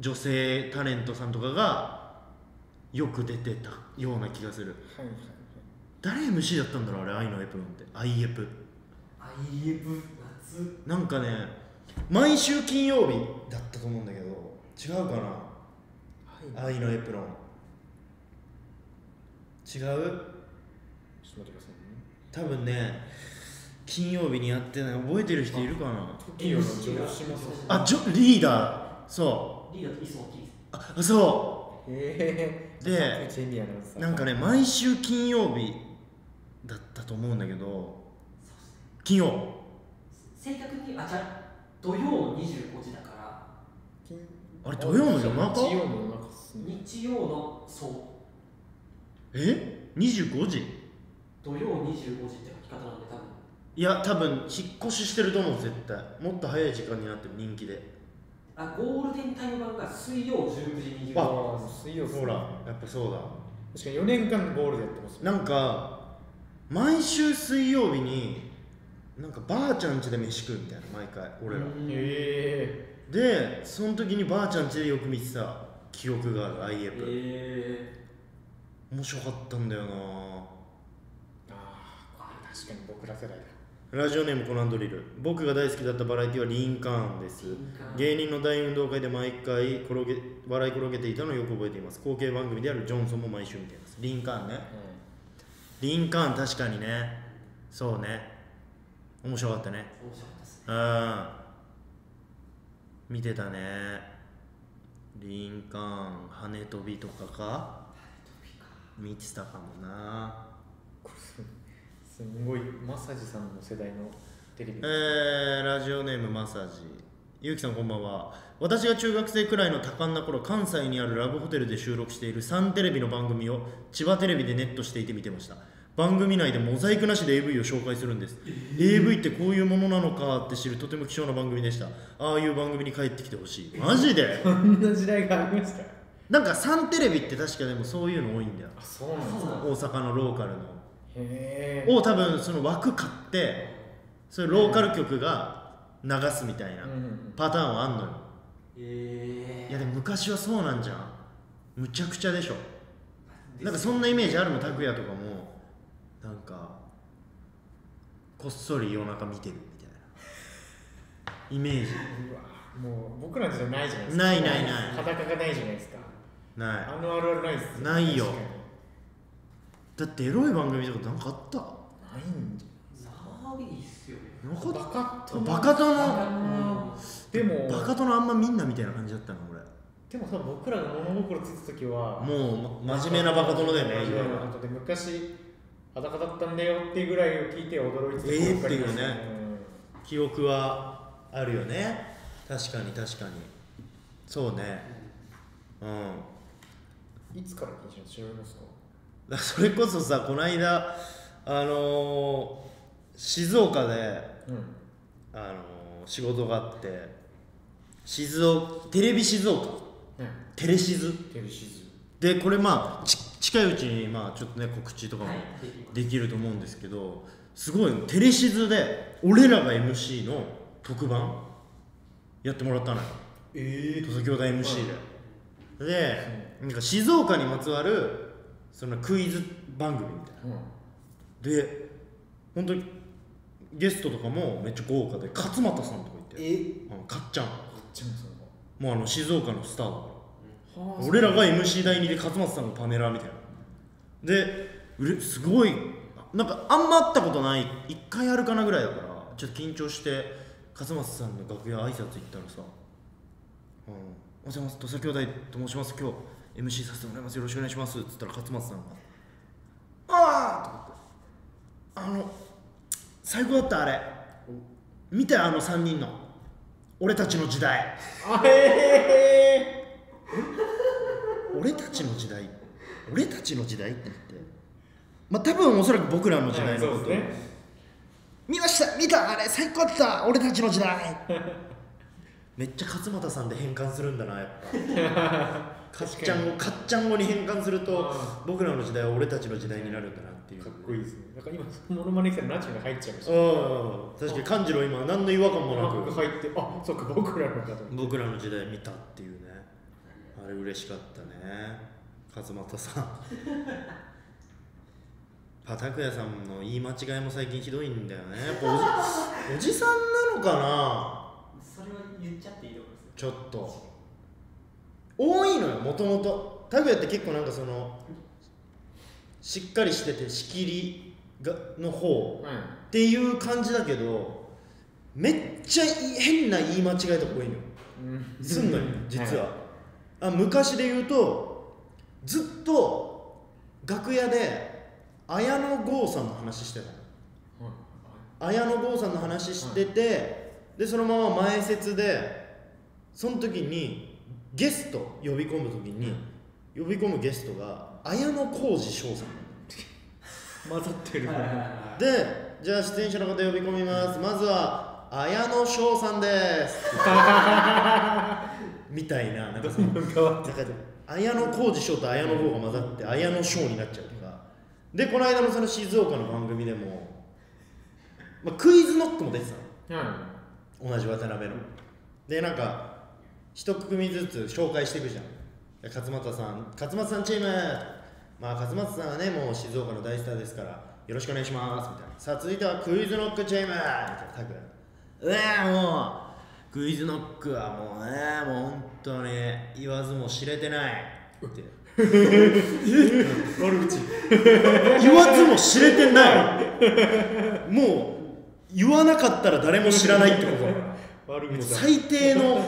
[SPEAKER 1] 女性タレントさんとかがよく出てたような気がする
[SPEAKER 3] はいはい
[SPEAKER 1] 誰 MC だったんだろうあれ愛のエプロンってアイエプ
[SPEAKER 2] アイエブ夏
[SPEAKER 1] なんかね毎週金曜日だったと思うんだけど違うかな愛のエプロン違う
[SPEAKER 3] ちょっと待ってくださいね
[SPEAKER 1] 多分ね金曜日にやってない覚えてる人いるかな
[SPEAKER 3] トキオの城島さん
[SPEAKER 1] あジョリーダーそう
[SPEAKER 2] リーダーとイソキ
[SPEAKER 1] あそう
[SPEAKER 3] へえ
[SPEAKER 1] で
[SPEAKER 3] ジェニアのさ
[SPEAKER 1] なんかね毎週金曜日だったと思うんだけど金曜
[SPEAKER 2] 正確にあじゃあ土曜の25時だから
[SPEAKER 3] 金
[SPEAKER 1] あれ土曜の夜中
[SPEAKER 3] 日曜の夜中っすね
[SPEAKER 2] 日曜のそう
[SPEAKER 1] え25時
[SPEAKER 2] 土曜25時って書き方なんで多分
[SPEAKER 1] いや多分引っ越ししてると思う絶対もっと早い時間になってる人気で
[SPEAKER 2] あゴールデンタイム版が水曜19時20時
[SPEAKER 1] あ
[SPEAKER 3] あ水曜っすね
[SPEAKER 1] ほらやっぱそうだ
[SPEAKER 3] 確かに4年間ゴールでやってますね
[SPEAKER 1] なんか毎週水曜日になんかばあちゃん家で飯食うみたいな毎回俺ら
[SPEAKER 2] うん
[SPEAKER 3] へ
[SPEAKER 1] でその時にばあちゃん家でよく見てた記憶がある IF、
[SPEAKER 2] え
[SPEAKER 1] 面白かったんだよな
[SPEAKER 3] ーあー確かに僕ら世代だ
[SPEAKER 1] ラジオネームコナンドリル僕が大好きだったバラエティはリンカーンです芸人の大運動会で毎回転げ笑い転げていたのをよく覚えています後継番組であるジョンソンも毎週見ていますリンカーンねリンカーン確かにねそうね面白かったね
[SPEAKER 2] 面白かったです
[SPEAKER 1] うん見てたねリンカーン羽飛びとかか見てたかもな
[SPEAKER 3] これすすんごいマッサージさんの世代のテレビ
[SPEAKER 1] えー、ラジオネームマッサージゆうきさんこんばんは私が中学生くらいの多感な頃関西にあるラブホテルで収録しているサンテレビの番組を千葉テレビでネットしていて見てました番組内でモザイクなしで AV を紹介するんです AV ってこういうものなのかって知るとても貴重な番組でしたああいう番組に帰ってきてほしいマジで
[SPEAKER 3] こんな時代がありました
[SPEAKER 1] なんかサンテレビって確かでもそういうの多いんだよ
[SPEAKER 3] あそうなんです
[SPEAKER 2] そう
[SPEAKER 3] か
[SPEAKER 2] な
[SPEAKER 1] 大阪のローカルの
[SPEAKER 3] へえ
[SPEAKER 1] を多分その枠買ってそれローカル局が流すみたいな、パターンはあんのよ
[SPEAKER 2] え
[SPEAKER 1] いやでも昔はそうなんじゃんむちゃくちゃでしょ
[SPEAKER 2] ー
[SPEAKER 1] なんかそんなイメージあるの拓哉とかもなんかこっそり夜中見てるみたいなイメージ
[SPEAKER 3] うわもう僕らの時代ないじゃないですか
[SPEAKER 1] ないないない
[SPEAKER 3] 裸がないじゃないですか
[SPEAKER 1] な
[SPEAKER 3] あのあるあるないです
[SPEAKER 1] ないよ
[SPEAKER 3] 確か
[SPEAKER 1] いだってエロい番組とかなんかあった
[SPEAKER 3] にないんじ
[SPEAKER 2] ないっすよね
[SPEAKER 1] な
[SPEAKER 3] ゃ
[SPEAKER 1] かっ
[SPEAKER 3] バカ
[SPEAKER 1] た
[SPEAKER 3] と
[SPEAKER 1] バカ殿
[SPEAKER 2] あ
[SPEAKER 3] でも
[SPEAKER 1] バカ殿あんまみんなみたいな感じだったの俺
[SPEAKER 3] でもさ僕らが物心ついた時は
[SPEAKER 1] もうま真面目なバカ殿だよね
[SPEAKER 3] 真
[SPEAKER 1] い
[SPEAKER 3] 面
[SPEAKER 1] わ
[SPEAKER 3] 目
[SPEAKER 1] ゆ
[SPEAKER 3] な
[SPEAKER 1] る
[SPEAKER 3] バカ殿で昔裸だったんだよっていうぐらいを聞いて驚いて
[SPEAKER 1] えー
[SPEAKER 3] ばかりで
[SPEAKER 1] っ
[SPEAKER 3] してた
[SPEAKER 1] いうね記憶はあるよね確かに確かにそうねうん
[SPEAKER 3] うんいつから禁止の違いますか
[SPEAKER 1] だからそれこそさこの間あのー静岡で、
[SPEAKER 3] うん
[SPEAKER 1] あのー仕事があって静岡テレビ静岡
[SPEAKER 3] ね
[SPEAKER 1] テレシズ
[SPEAKER 3] テレビシズ
[SPEAKER 1] でこれまあち近いうちにまあちょっとね告知とかも
[SPEAKER 2] はいできます
[SPEAKER 1] できると思うんですけど、すごいのテレシズで俺らが MC の特番やってもらったのよ
[SPEAKER 3] え
[SPEAKER 1] 土佐兄弟 MC で、でなんか静岡にまつわるそのクイズ番組みたいな
[SPEAKER 3] うん
[SPEAKER 1] で本当にゲストとかもめっちゃ豪華で勝俣さんとかいて
[SPEAKER 3] え
[SPEAKER 1] あのかっちゃん
[SPEAKER 3] こっちもその
[SPEAKER 1] もうあの静岡のスターだか
[SPEAKER 3] は
[SPEAKER 1] ら俺らが MC 第2で勝俣さんがパネラーみたいなでうれすごいなんかあんま会ったことない1回あるかなぐらいだからちょっと緊張して勝俣さんの楽屋挨拶行ったらさ「あのおはようございます土佐兄弟と申します今日 MC させてもらいますよろしくお願いします」っつったら勝松さんが「ああ!」と思って「あの最高だったあれ見てあの3人の俺たちの時代
[SPEAKER 3] あえ
[SPEAKER 1] 俺たちの時代俺たちの時代?」って言ってまあ多分おそらく僕らの時代の
[SPEAKER 3] そう
[SPEAKER 1] こ
[SPEAKER 3] です
[SPEAKER 1] と、
[SPEAKER 3] ね
[SPEAKER 1] 見ました見たあれ最高だった俺たちの時代 めっちゃ勝俣さんで変換するんだなやっ ぱかっちゃん語かっちゃん語に変換すると
[SPEAKER 3] あ
[SPEAKER 1] 僕らの時代は俺たちの時代になるんだなっていう
[SPEAKER 3] かっこいいですねなんか今そのモノマネ来たらナチュラル入っちゃいました
[SPEAKER 1] うん確かに勘次郎今は何の違和感もな
[SPEAKER 3] あ
[SPEAKER 1] く
[SPEAKER 3] 入ってあそっか僕らの方
[SPEAKER 1] 僕らの時代見たっていうねあれ嬉しかったね勝俣さん パタクヤさんの言い間違いも最近ひどいんだよねやっぱおじおじさんなのかな
[SPEAKER 2] それは言っちゃっていいと思います
[SPEAKER 1] ちょっと多いのよもともとタクヤって結構なんかそのしっかりしてて仕切りがの方
[SPEAKER 3] うんあ
[SPEAKER 1] っていう感じだけどめっちゃい変な言い間違いとか多いのよすんのよ実は、あ昔で言うとずっと楽屋で綾野剛さんの話してたの綾野剛さんの話してて、でそのまま前説でその時にゲスト呼び込む時に、呼び込むゲストが綾野浩二翔さん
[SPEAKER 3] 混ざってる
[SPEAKER 2] はいはい はいはい
[SPEAKER 1] でじゃあ出演者の方呼び込みますまずは綾野翔さんです みたいななんかその
[SPEAKER 3] 変わっ
[SPEAKER 1] だから綾野浩二翔と綾野剛が混ざって綾野翔になっちゃうとかでこの間のその静岡の番組でも、まあ、クイズノックも出てた
[SPEAKER 3] てるうん
[SPEAKER 1] の同じ渡辺のでなんか一組ずつ紹介していくじゃん勝俣さん勝俣さんチームまあ勝俣さんはねもう静岡の大スターですからよろしくお願いしますみたいなさあ続いてはクイズノックチームみたいな拓也うわーもうクイズノックはもうねもう本当に言わずも知れてないって
[SPEAKER 3] 悪口
[SPEAKER 1] 言わずも知れてないもう言わなかったら誰も知らないってこと
[SPEAKER 3] 悪
[SPEAKER 1] もう
[SPEAKER 3] 口だ
[SPEAKER 1] 最低の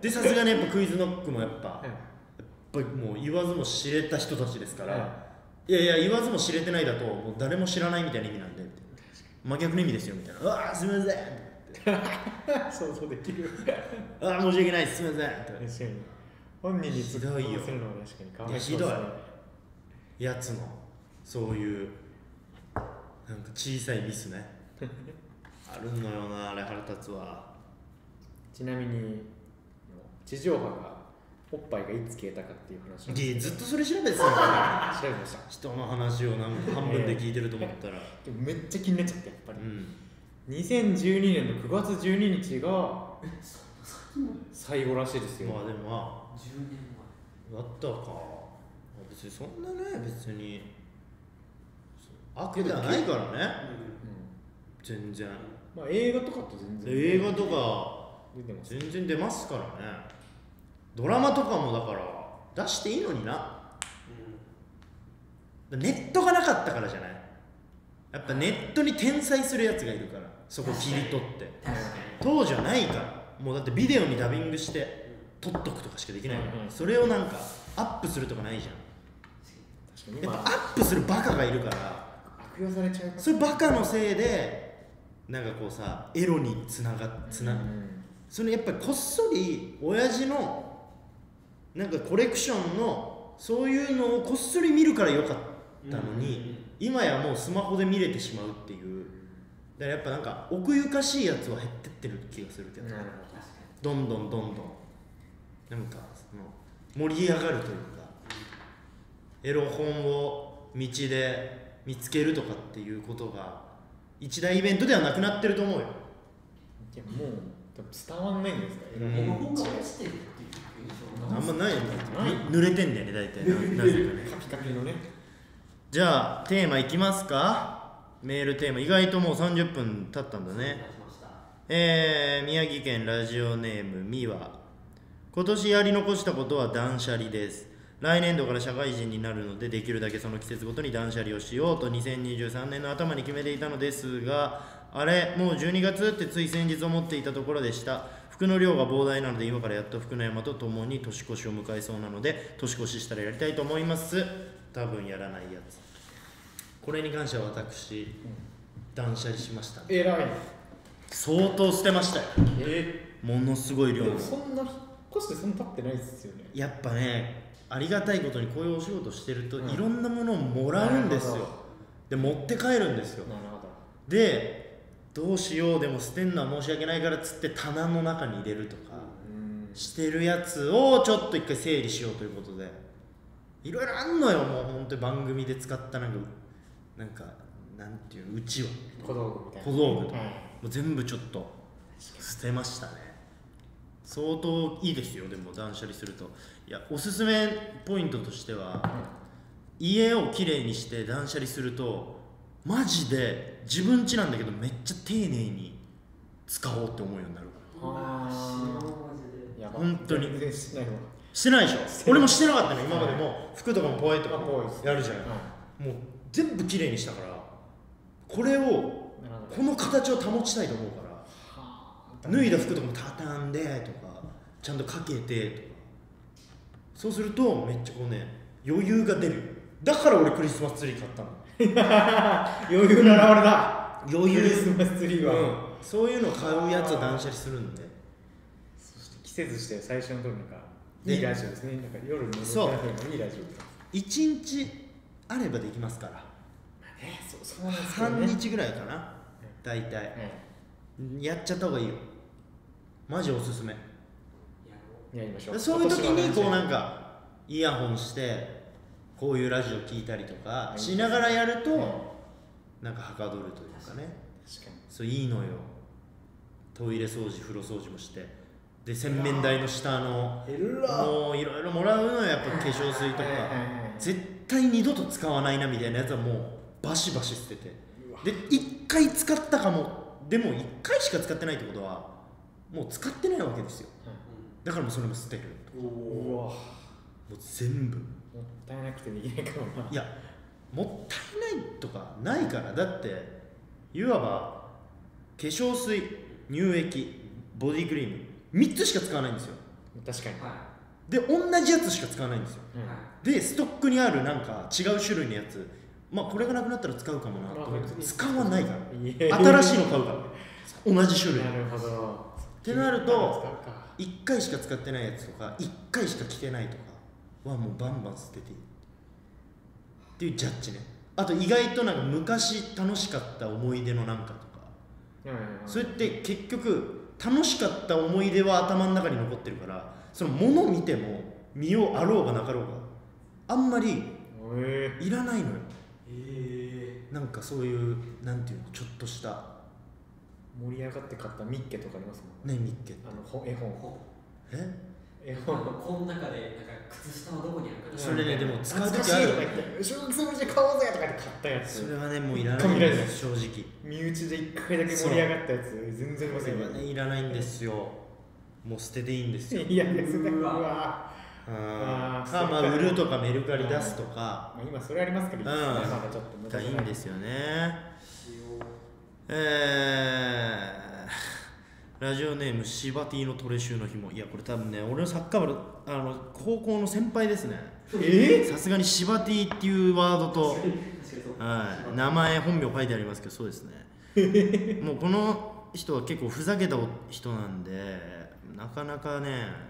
[SPEAKER 1] でさすがにやっぱクイズノックもやっぱやっぱりもう言わずも知れた人たちですから、い、やいや言わずも知れてないだともう誰も知らないみたいな意味なんでみたいな真逆の意味ですよみたいな「うわーすみません」
[SPEAKER 3] 想像できる
[SPEAKER 1] 「ああ申し訳ないですすみません」って
[SPEAKER 3] 確かに本人に突っ込ませるのは確かにかわいそ
[SPEAKER 1] い
[SPEAKER 3] うですね
[SPEAKER 1] やひやつのそういうなんか小さいミスねあるのよなあれ腹立つわ
[SPEAKER 3] ちなみに地上波がおっぱいがいつ消えたかっていう話を
[SPEAKER 1] いやずっとそれ調べてたのかな
[SPEAKER 3] 調べました
[SPEAKER 1] 人の話をなんか半分で聞いてると思ったら、
[SPEAKER 3] でもめっちゃ気になっちゃってやっぱり
[SPEAKER 1] うん
[SPEAKER 3] 2012年の9月12日が最後らしいですよ
[SPEAKER 1] まあでもま
[SPEAKER 2] 10年
[SPEAKER 1] あだったか別にそんなね別にそう悪ではないからね
[SPEAKER 2] 前うん
[SPEAKER 3] うん
[SPEAKER 1] 全然
[SPEAKER 3] まあ映画とかと全
[SPEAKER 1] で
[SPEAKER 3] 然
[SPEAKER 1] 映画とか
[SPEAKER 3] 出てます
[SPEAKER 1] 全然出ますからねドラマとかもだから出していいのになネットがなかったからじゃないやっぱネットに転載するやつがいるからそこ切り取って
[SPEAKER 2] 確か
[SPEAKER 1] 当時はないからもうだってビデオにダビングして撮っとくとかしかできないから、
[SPEAKER 3] うんうん
[SPEAKER 1] それをなんかアップするとかないじゃん
[SPEAKER 3] 確かに
[SPEAKER 1] やっぱ
[SPEAKER 3] 今
[SPEAKER 1] アップするバカがいるから
[SPEAKER 3] 悪用されちゃいます
[SPEAKER 1] それバカのせいでなんかこうさエロにつながつな、
[SPEAKER 3] うん
[SPEAKER 1] それやっぱりこっそり親父のなんかコレクションのそういうのをこっそり見るからよかったの
[SPEAKER 2] うんうんうん
[SPEAKER 1] に、今やもうスマホで見れてしまうっていうだからやっぱなんか奥ゆかしいやつは減ってってる気がするけど、
[SPEAKER 3] なる
[SPEAKER 2] に確かに
[SPEAKER 1] どんどんどんどんなんかその盛り上がるというかエロ本を道で見つけるとかっていうことが一大イベントではなくなってると思うよ
[SPEAKER 3] いやもう多分伝わんないんですか
[SPEAKER 1] う
[SPEAKER 3] ら
[SPEAKER 1] ん
[SPEAKER 2] 絵の本が落ちてるっていう印象が
[SPEAKER 1] あんまないよね
[SPEAKER 3] ない
[SPEAKER 1] 濡れてんだよね大体ななぜかね
[SPEAKER 3] カピカピのね
[SPEAKER 1] じゃあテーマいきますかメールテーマ意外ともう30分経ったんだね
[SPEAKER 2] しました
[SPEAKER 1] えー、宮城県ラジオネームみわ今年やり残したことは断捨離です来年度から社会人になるのでできるだけその季節ごとに断捨離をしようと2023年の頭に決めていたのですがあれもう12月ってつい先日思っていたところでした服の量が膨大なので今からやっと福の山と共に年越しを迎えそうなので年越ししたらやりたいと思います多分やらないやつこれに関しては私、断捨離しましたね
[SPEAKER 3] えらい
[SPEAKER 1] 相当捨てましたよ
[SPEAKER 3] え
[SPEAKER 1] ものすごい
[SPEAKER 3] で
[SPEAKER 1] 量
[SPEAKER 3] も
[SPEAKER 1] の
[SPEAKER 3] そんな引っ越してそんな経ってないですよね
[SPEAKER 1] やっぱねありがたいことにこういうお仕事してると、
[SPEAKER 3] うん
[SPEAKER 1] いろんなものをもらうんです
[SPEAKER 3] なる
[SPEAKER 1] よ
[SPEAKER 3] ほ
[SPEAKER 1] で持って帰るんですよ
[SPEAKER 3] なるほど
[SPEAKER 1] でどうしようでも捨てるのは申し訳ないからっつって棚の中に入れるとか
[SPEAKER 3] うん
[SPEAKER 1] してるやつをちょっと一回整理しようということでいろいろあんのよもう本当に番組で使ったなんかなんかなんていうのうちわ
[SPEAKER 3] 小道具みたいな
[SPEAKER 1] 小道具と
[SPEAKER 3] う
[SPEAKER 1] か
[SPEAKER 3] ん
[SPEAKER 1] もう全部ちょっと捨てましたね相当いいですよでも断捨離するといやおすすめポイントとしては家をきれいにして断捨離するとマジで自分家なんだけどめっちゃ丁寧に使おうって思うようになる
[SPEAKER 3] あー
[SPEAKER 2] 死のうマジで
[SPEAKER 3] やば
[SPEAKER 1] 本当に
[SPEAKER 3] 全然しないわ
[SPEAKER 1] してないでしょ
[SPEAKER 3] ない
[SPEAKER 1] 俺もしてなかったの今までも服とかもポエとか
[SPEAKER 3] あこうです
[SPEAKER 1] やるじゃん
[SPEAKER 3] はい
[SPEAKER 1] もう全部きれいにしたからこれを
[SPEAKER 3] なるほ
[SPEAKER 1] この形を保ちたいと思うから
[SPEAKER 3] ど
[SPEAKER 1] 脱いだ服とかも畳んでとかちゃんとかけてとかそうするとめっちゃこうね余裕が出るよだから俺クリスマスツリー買ったの
[SPEAKER 3] 余裕の表れだ
[SPEAKER 1] 余
[SPEAKER 3] クリ
[SPEAKER 1] 裕
[SPEAKER 3] スマスツリーは、
[SPEAKER 1] うんそういうの買うやつは断捨離するんで
[SPEAKER 3] そして季節して最初の時なんか
[SPEAKER 1] ね
[SPEAKER 3] いいラジオですねなんか夜の
[SPEAKER 1] そう
[SPEAKER 3] ラジオのいいラジオです
[SPEAKER 1] 1日あればできますから
[SPEAKER 3] えそうそうなんです
[SPEAKER 1] 半日ぐらいかな大体やっちゃった方がいいよマジおすすめ
[SPEAKER 2] やろ
[SPEAKER 3] やりましょう
[SPEAKER 1] そういう時にこうなん
[SPEAKER 3] か
[SPEAKER 1] かイヤホンしてこういうラジオ聞いたりとか
[SPEAKER 3] うん
[SPEAKER 1] しながらやると
[SPEAKER 3] うん
[SPEAKER 1] なんかはかどるというかね
[SPEAKER 3] 確かに
[SPEAKER 1] そういいのよトイレ掃除風呂掃除もしてで洗面台の下の
[SPEAKER 3] えら
[SPEAKER 1] もういろいろもらうのよやっぱ化粧水とか絶対二度と使わないなみたいなやつはもうバシバシ捨てて
[SPEAKER 3] うわ
[SPEAKER 1] で1回使ったかもでも1回しか使ってないってことはもう使ってないわけですよだからもうそれも捨てる
[SPEAKER 2] う、うん、
[SPEAKER 3] うわも
[SPEAKER 1] もう全部
[SPEAKER 3] ったいなくてできないかもない
[SPEAKER 1] やもったいないとかないからだっていわば化粧水乳液ボディクリーム3つしか使わないんですよ
[SPEAKER 3] 確かに、
[SPEAKER 2] は
[SPEAKER 1] で同じやつしか使わないんですよ
[SPEAKER 2] い、
[SPEAKER 3] うん
[SPEAKER 2] は
[SPEAKER 1] でストックにあるなんか違う種類のやつまあこれがなくなったら使うかもなと思って使わないから新しいの買うから同じ種類
[SPEAKER 3] なるほどって
[SPEAKER 1] なると1回しか使ってないやつとか1回しか着てないとかはもうバンバン捨てていいっていうジャッジねあと意外となんか昔楽しかった思い出のなんかとかそれって結局楽しかった思い出は頭の中に残ってるからその物見ても見ようあろうがなかろうがあんまり
[SPEAKER 3] え
[SPEAKER 1] いらないのよ
[SPEAKER 2] い、え
[SPEAKER 1] なんかそういうなんていうのちょっとした
[SPEAKER 3] ー、盛り上がって買ったミッケとかありますもん
[SPEAKER 1] ねミッケ
[SPEAKER 3] あのほ絵
[SPEAKER 2] ー、
[SPEAKER 3] 本
[SPEAKER 2] こ
[SPEAKER 1] え
[SPEAKER 3] 絵
[SPEAKER 2] この
[SPEAKER 3] 本
[SPEAKER 2] 中でなんか靴下はどこにあるかな
[SPEAKER 1] それねでも使う
[SPEAKER 3] 懐か
[SPEAKER 1] 時
[SPEAKER 3] し
[SPEAKER 1] あ
[SPEAKER 3] い
[SPEAKER 1] る
[SPEAKER 3] とか言って小学生無事買おうぜとか言って買ったや
[SPEAKER 1] それ
[SPEAKER 3] つ
[SPEAKER 1] はねもういら
[SPEAKER 3] 一回
[SPEAKER 1] ない
[SPEAKER 3] もいらない
[SPEAKER 1] 正直
[SPEAKER 3] 身内で一回だけ盛り上がったやつ全然いま
[SPEAKER 1] そ
[SPEAKER 3] せ
[SPEAKER 1] れ
[SPEAKER 3] ん
[SPEAKER 1] はねいらないんですよもう捨てていいんですよ
[SPEAKER 3] いや別にう
[SPEAKER 2] うわ
[SPEAKER 3] わ
[SPEAKER 1] あ
[SPEAKER 3] あー
[SPEAKER 1] ーかま
[SPEAKER 3] そ
[SPEAKER 1] あ
[SPEAKER 3] っか
[SPEAKER 1] 売るとかメルカリ出すとか
[SPEAKER 3] まあ今それありますけどいいですね
[SPEAKER 1] うん
[SPEAKER 3] まだちょっと無駄
[SPEAKER 1] がいいんですよね
[SPEAKER 2] 塩
[SPEAKER 1] えー、ラジオネームシバティのトレシューの紐いやこれ多分ね俺のサッカー部のあの高校の先輩ですね
[SPEAKER 3] え
[SPEAKER 1] さすがにシバティっていうワードと
[SPEAKER 2] 確かにそう
[SPEAKER 1] はい、名前本名書いてありますけどそうですねもうこの人は結構ふざけた人なんでなかなかね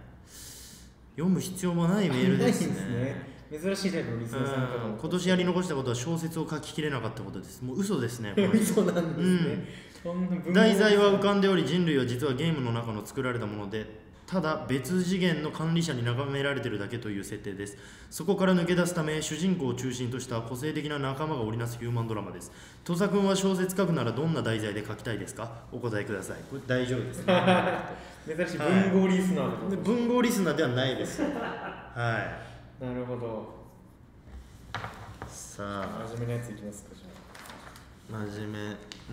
[SPEAKER 1] 読む必要もないメールですね
[SPEAKER 3] ないですね珍しいタイプのリス
[SPEAKER 1] う
[SPEAKER 3] ナーさんか
[SPEAKER 1] ん今年やり残したことは小説を書ききれなかったことですもう嘘ですねこ
[SPEAKER 3] と
[SPEAKER 1] れ
[SPEAKER 3] も嘘なんですねそんな文豪
[SPEAKER 1] 題材は浮かんでおり人類は実はゲームの中の作られたものでただ別次元の管理者に眺められてるだけという設定ですそこから抜け出すため主人公を中心とした個性的な仲間が織りなすヒューマンドラマです土佐君は小説書くならどんな題材で書きたいですかお答えくださいこれ大丈夫 ですね
[SPEAKER 3] 珍しい文豪リスナー
[SPEAKER 1] で
[SPEAKER 3] だと
[SPEAKER 1] 文豪リスナーではないですはい
[SPEAKER 3] なるほど
[SPEAKER 1] さあ
[SPEAKER 3] 真面目なやついきますかじゃ
[SPEAKER 1] 真面目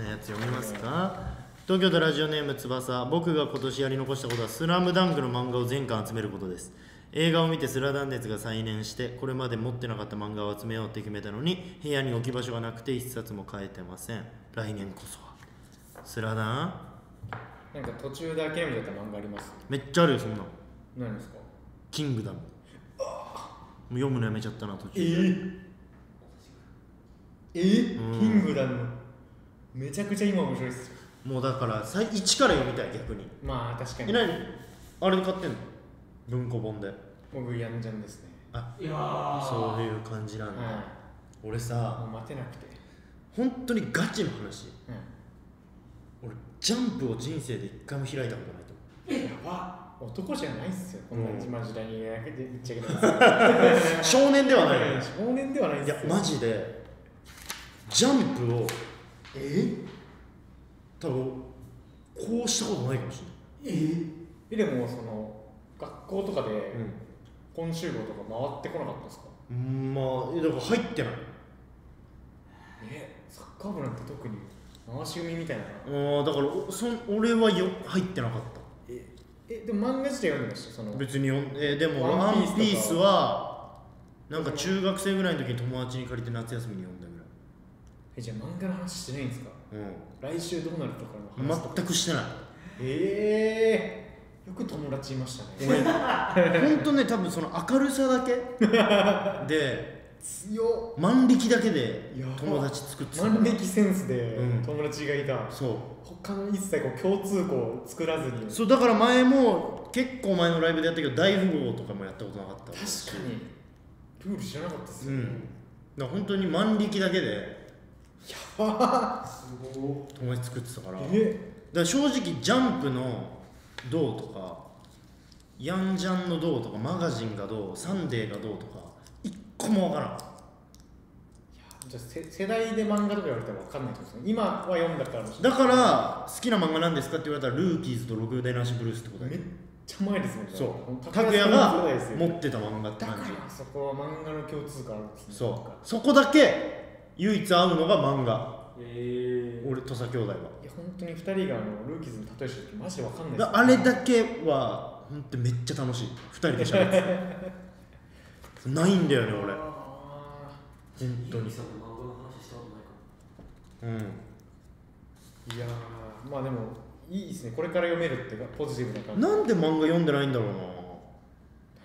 [SPEAKER 1] なやつ読みますか東京都ラジオネーム翼僕が今年やり残したことは「スラムダンクの漫画を全巻集めることです映画を見てスラダン熱が再燃してこれまで持ってなかった漫画を集めようって決めたのに部屋に置き場所がなくて一冊も買えてません来年こそはスラダン
[SPEAKER 3] なんか途中で諦めちゃった漫画あります
[SPEAKER 1] めっちゃあるよそんなの
[SPEAKER 3] 何ですか
[SPEAKER 1] 「キングダム」もう読むのやめちゃったな途中で、
[SPEAKER 3] ええキ
[SPEAKER 1] うん
[SPEAKER 3] ングダムめちゃくちゃ今面白いっすよ
[SPEAKER 1] もうだからさ一から読みたい逆に
[SPEAKER 3] まあ確か
[SPEAKER 1] え
[SPEAKER 3] に
[SPEAKER 1] 何あれで買ってんの文庫本で
[SPEAKER 3] 僕ヤンジャンですね
[SPEAKER 2] いやー
[SPEAKER 1] そういう感じなんだ、
[SPEAKER 3] は
[SPEAKER 1] 俺
[SPEAKER 3] いも
[SPEAKER 1] さ
[SPEAKER 3] う待てなくて
[SPEAKER 1] 本当にガチの話
[SPEAKER 3] う
[SPEAKER 1] 俺ジャンプを人生で一回も開いたことないと思
[SPEAKER 2] えやば
[SPEAKER 3] ん男じゃないっすよこんな
[SPEAKER 1] うん
[SPEAKER 3] 今時代にやけてぶっちゃけ
[SPEAKER 1] う少年ではないのよ
[SPEAKER 3] 少年ではないっ
[SPEAKER 1] い
[SPEAKER 3] す
[SPEAKER 1] や
[SPEAKER 3] よ
[SPEAKER 1] マジでジャンプをえ多分こうしたことないかもし
[SPEAKER 2] え
[SPEAKER 3] えでもその学校とかで
[SPEAKER 1] れない
[SPEAKER 3] 今週号とか回ってこなかったですか
[SPEAKER 1] うんまあえだから入ってない
[SPEAKER 3] えサッカー部なんて特に回し読みみたいな
[SPEAKER 1] ああだからおそん俺はよ入ってなかっ
[SPEAKER 3] えでも漫画自体読んでましたその
[SPEAKER 1] た別によん、えーでも「
[SPEAKER 3] ワ
[SPEAKER 1] ワ
[SPEAKER 3] ンピースと
[SPEAKER 1] ン
[SPEAKER 3] か
[SPEAKER 1] ピースはなんか中学生ぐらいの時に友達に借りて夏休みに読んだぐ
[SPEAKER 3] えじゃあ漫画の話してないんですから
[SPEAKER 1] い、
[SPEAKER 3] 来週どうなるとか
[SPEAKER 1] う
[SPEAKER 3] の
[SPEAKER 1] ん
[SPEAKER 3] 話とか、
[SPEAKER 1] 全くしてない
[SPEAKER 3] ええー、よく友達いましたね
[SPEAKER 1] 俺本当ね多分その明るさだ けで
[SPEAKER 3] 強っ
[SPEAKER 1] 万力だけで
[SPEAKER 3] やば
[SPEAKER 1] 友達作ってた
[SPEAKER 3] 万力センスで
[SPEAKER 1] うん
[SPEAKER 3] 友達がいた、
[SPEAKER 1] そう
[SPEAKER 3] 他の一切こう共通項を作らずに確か
[SPEAKER 1] そうだから前も結構前のライブでやったけど大富豪とかもやったことなかった
[SPEAKER 3] にルール知らなかったです
[SPEAKER 1] う
[SPEAKER 3] よ、
[SPEAKER 1] んだから本当に万力だけで
[SPEAKER 2] すごい
[SPEAKER 1] 友達作ってたからだか
[SPEAKER 3] え
[SPEAKER 1] ら正直「ジャンプ」の「どう」とか「ヤンジャン」の「どう」とか「マガジン」が「どう」「サンデー」が「どう」とか一個もわからん
[SPEAKER 3] じゃあせ世代で漫画とか言われたら分かんないってことですね今は読んだからもしれ
[SPEAKER 1] だ
[SPEAKER 3] ない
[SPEAKER 1] から好きな漫画なんですかって言われたら「ルーキーズ」と「六代なしブルース」ってことだ
[SPEAKER 3] めっ
[SPEAKER 1] よ
[SPEAKER 3] ちゃ前ですね
[SPEAKER 1] そう
[SPEAKER 3] 拓
[SPEAKER 1] 拓
[SPEAKER 3] 哉
[SPEAKER 1] 哉
[SPEAKER 3] が
[SPEAKER 1] が
[SPEAKER 3] も
[SPEAKER 1] 持ってた漫画って
[SPEAKER 3] だから
[SPEAKER 1] 感じ
[SPEAKER 3] そこは漫画の共通感あるんですね
[SPEAKER 1] そうそこだけ唯一合うのが漫画
[SPEAKER 2] え
[SPEAKER 1] 俺土佐兄弟はい
[SPEAKER 3] や本当に二人があのルーキーズに例えした時マジで分かんないです
[SPEAKER 1] だあれだけは本当めっちゃ楽しい2人でしゃべってた ないんだよね俺本
[SPEAKER 3] あ
[SPEAKER 1] 当に
[SPEAKER 2] さんの漫画の話したことないか
[SPEAKER 1] うん
[SPEAKER 3] ーいやーまあでもいいですねこれから読めるっていうかポジティブな感じ
[SPEAKER 1] なんで漫画読んでないんだろうな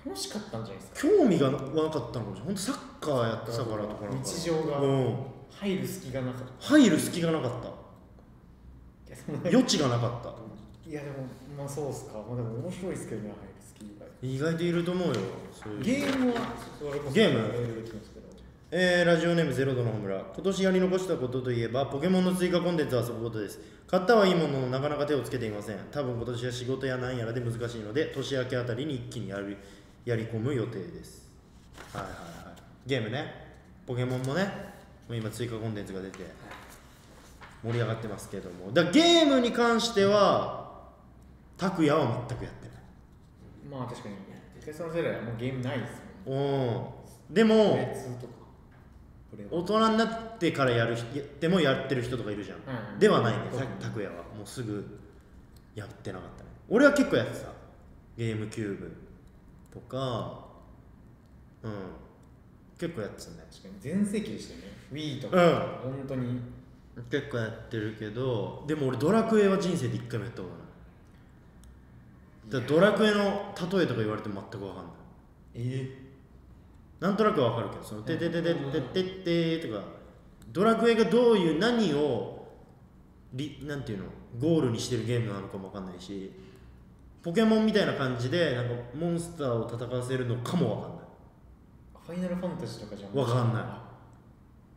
[SPEAKER 3] 楽しかったんじゃないですか
[SPEAKER 1] 興味がなかったのかもしれない本当サッカーやってたからとかなんか
[SPEAKER 3] 日常が
[SPEAKER 1] うん
[SPEAKER 3] 入る隙がなかったい
[SPEAKER 1] 入る隙がなかった
[SPEAKER 3] やそんな
[SPEAKER 1] 余地がなかった
[SPEAKER 3] いやでもまあそうっすかまあでも面白いですけどね入る隙が
[SPEAKER 1] 意外といると思うよそういう
[SPEAKER 3] ゲームはそれこそ
[SPEAKER 1] ゲーム
[SPEAKER 3] メールできますけど
[SPEAKER 1] えーラジオネームゼロ度のホムラ今年やり残したことといえばポケモンの追加コンテンツを遊ぶことです買ったはいいもののなかなか手をつけていません多分今年は仕事やなんやらで難しいので年明けあたりに一気にやるやり込む予定ですはいはいはいゲームねポケモンもねもう今追加コンテンツが出て盛り上がってますけどもだゲームに関しては拓也は全くやってない
[SPEAKER 3] まあ確かにテスの世代はもうゲームないです
[SPEAKER 1] うんで
[SPEAKER 3] もん
[SPEAKER 1] も
[SPEAKER 3] ね通とかプレ
[SPEAKER 1] 大人になってからやる人でもやってる人とかいるじゃん、
[SPEAKER 3] うん
[SPEAKER 1] ではないね
[SPEAKER 3] うん
[SPEAKER 1] さ拓哉はもうすぐやってなかったね俺は結構やってたゲームキューブとかうん結構やってたね
[SPEAKER 3] 確かに全盛期でしたよね Wii と
[SPEAKER 1] う
[SPEAKER 3] か、本当に
[SPEAKER 1] 結構やってるけどでも俺ドラクエは人生で一回もやったことないだからドラクエの例えとか言われても全く分かんない
[SPEAKER 3] え
[SPEAKER 1] なんとなくわかるけどその「ててててててて」とかドラクエがどういう何をりなんていうのゴールにしてるゲームなのかもわかんないしポケモンみたいな感じでなんかモンスターを戦わせるのかもわかんない
[SPEAKER 3] ファイナルファンタジーとかじゃ
[SPEAKER 1] わかんない
[SPEAKER 3] あ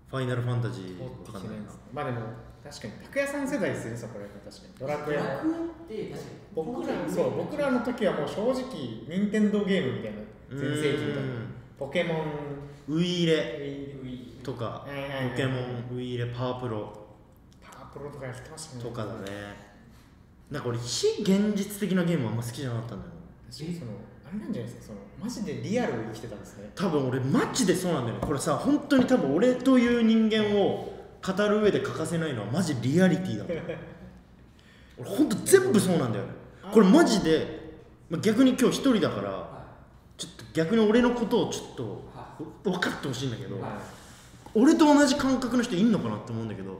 [SPEAKER 1] ファイナルファンタジ
[SPEAKER 3] 通
[SPEAKER 1] ー
[SPEAKER 3] って
[SPEAKER 1] わ
[SPEAKER 3] き
[SPEAKER 1] か
[SPEAKER 3] て
[SPEAKER 1] ん
[SPEAKER 3] な
[SPEAKER 1] ないい
[SPEAKER 3] ん
[SPEAKER 1] な
[SPEAKER 3] ですまあでも確かに拓哉さん世代ですよねそこら辺は確かにドラクエ
[SPEAKER 2] ドラ
[SPEAKER 3] も
[SPEAKER 2] クエって確かに
[SPEAKER 3] 僕らそう僕らの時はもう正直任天堂ゲームみたいな全盛期みたいなポケモン
[SPEAKER 1] ウイイレ
[SPEAKER 2] ウィ
[SPEAKER 1] とか
[SPEAKER 3] はいはいはい
[SPEAKER 1] ポケモンウイイレパワープロ
[SPEAKER 3] パワープロとかやってましたね
[SPEAKER 1] とかだねなんか俺非現実的なゲームあんま好きじゃなかったんだよ
[SPEAKER 3] 確かにそのあれなんじゃないですかそのマジでリアルを生きてたんですね
[SPEAKER 1] 多分俺マジでそうなんだよねこれさ本当に多分俺という人間を語る上で欠かせないのはマジリアリティだもん俺本当全部そうなんだよねこれマジでまあ逆に今日一人だから
[SPEAKER 2] は
[SPEAKER 1] ちょっと逆に俺のことをちょっと
[SPEAKER 2] は
[SPEAKER 1] 分かってほしいんだけど
[SPEAKER 2] はい
[SPEAKER 1] 俺と同じ感覚の人いんのかなって思うんだけど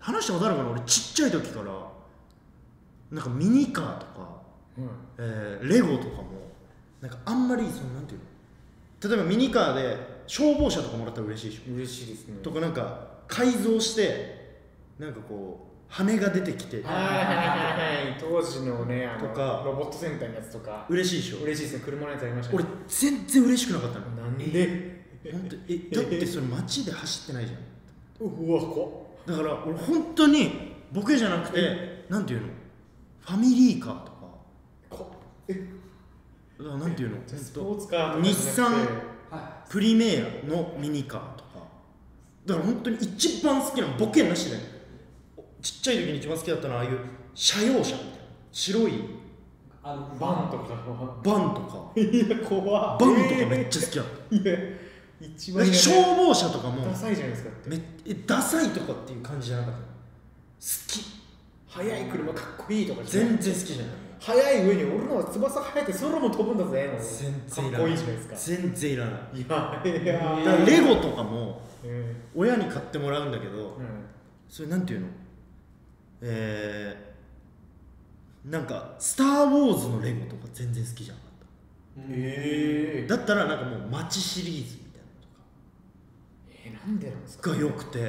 [SPEAKER 1] 話したことあるかな俺ちっちゃい時からなんかミニカーとか、
[SPEAKER 3] うん
[SPEAKER 1] えーレゴとかもなんかあんまりそのなんていうの例えばミニカーで消防車とかもらったら嬉しいでしょ、
[SPEAKER 3] 嬉しいですね
[SPEAKER 1] とかなんか改造してなんかこう羽が出てきて
[SPEAKER 3] はいはいはいはい当時のねあの
[SPEAKER 1] とか
[SPEAKER 3] ロボットセンターのやつとか
[SPEAKER 1] 嬉しいでしょ
[SPEAKER 3] 嬉しいですね車のやつありましたね
[SPEAKER 1] 俺全然嬉しくなかったの
[SPEAKER 3] なんで
[SPEAKER 1] 本当えだってそれ街で走ってないじゃん
[SPEAKER 3] うわ怖っ
[SPEAKER 1] だから俺本当にボケじゃなくてなんていうのファミリーカーとか
[SPEAKER 3] 怖っえ
[SPEAKER 1] だからなんていうの
[SPEAKER 3] じゃあス
[SPEAKER 1] ほ
[SPEAKER 3] ポ
[SPEAKER 1] んと
[SPEAKER 3] ーツカーとかじゃなくて
[SPEAKER 1] 日産
[SPEAKER 2] は
[SPEAKER 1] プリメーラのミニカーとかだから本当に一番好きなのボケなしでちっちゃい時に一番好きだったのはああいう車用車みたいな白い
[SPEAKER 2] いあの
[SPEAKER 3] バンと か
[SPEAKER 1] バンとか
[SPEAKER 3] いや怖
[SPEAKER 1] バン
[SPEAKER 3] っ
[SPEAKER 1] とかめっちゃ好きだった
[SPEAKER 3] いや一
[SPEAKER 1] だ
[SPEAKER 3] 番
[SPEAKER 1] から
[SPEAKER 3] 嫌だ
[SPEAKER 1] 消防車とかも
[SPEAKER 3] ダサいじゃないですかって
[SPEAKER 1] めっえダサいとかっていう感じじゃなかったの好き
[SPEAKER 3] 速い車かっこいいとかじゃない
[SPEAKER 1] 全然好きじゃない
[SPEAKER 3] 速い上に俺のは翼生えて空も飛ぶんだぜの
[SPEAKER 1] 全然い
[SPEAKER 3] から
[SPEAKER 1] な
[SPEAKER 3] っこ
[SPEAKER 1] い
[SPEAKER 3] いいじゃないですか
[SPEAKER 1] 全然いらない
[SPEAKER 3] いやいや
[SPEAKER 1] だからレゴとかも
[SPEAKER 3] うん
[SPEAKER 1] 親に買ってもらうんだけど
[SPEAKER 3] うん
[SPEAKER 1] それなんていうのえー、なんか「スター・ウォーズ」のレゴとか全然好きじゃなかっ
[SPEAKER 3] え
[SPEAKER 1] ただったらなんかもう街シリーズみたいなの
[SPEAKER 3] えなんでなんです
[SPEAKER 1] とかが良くて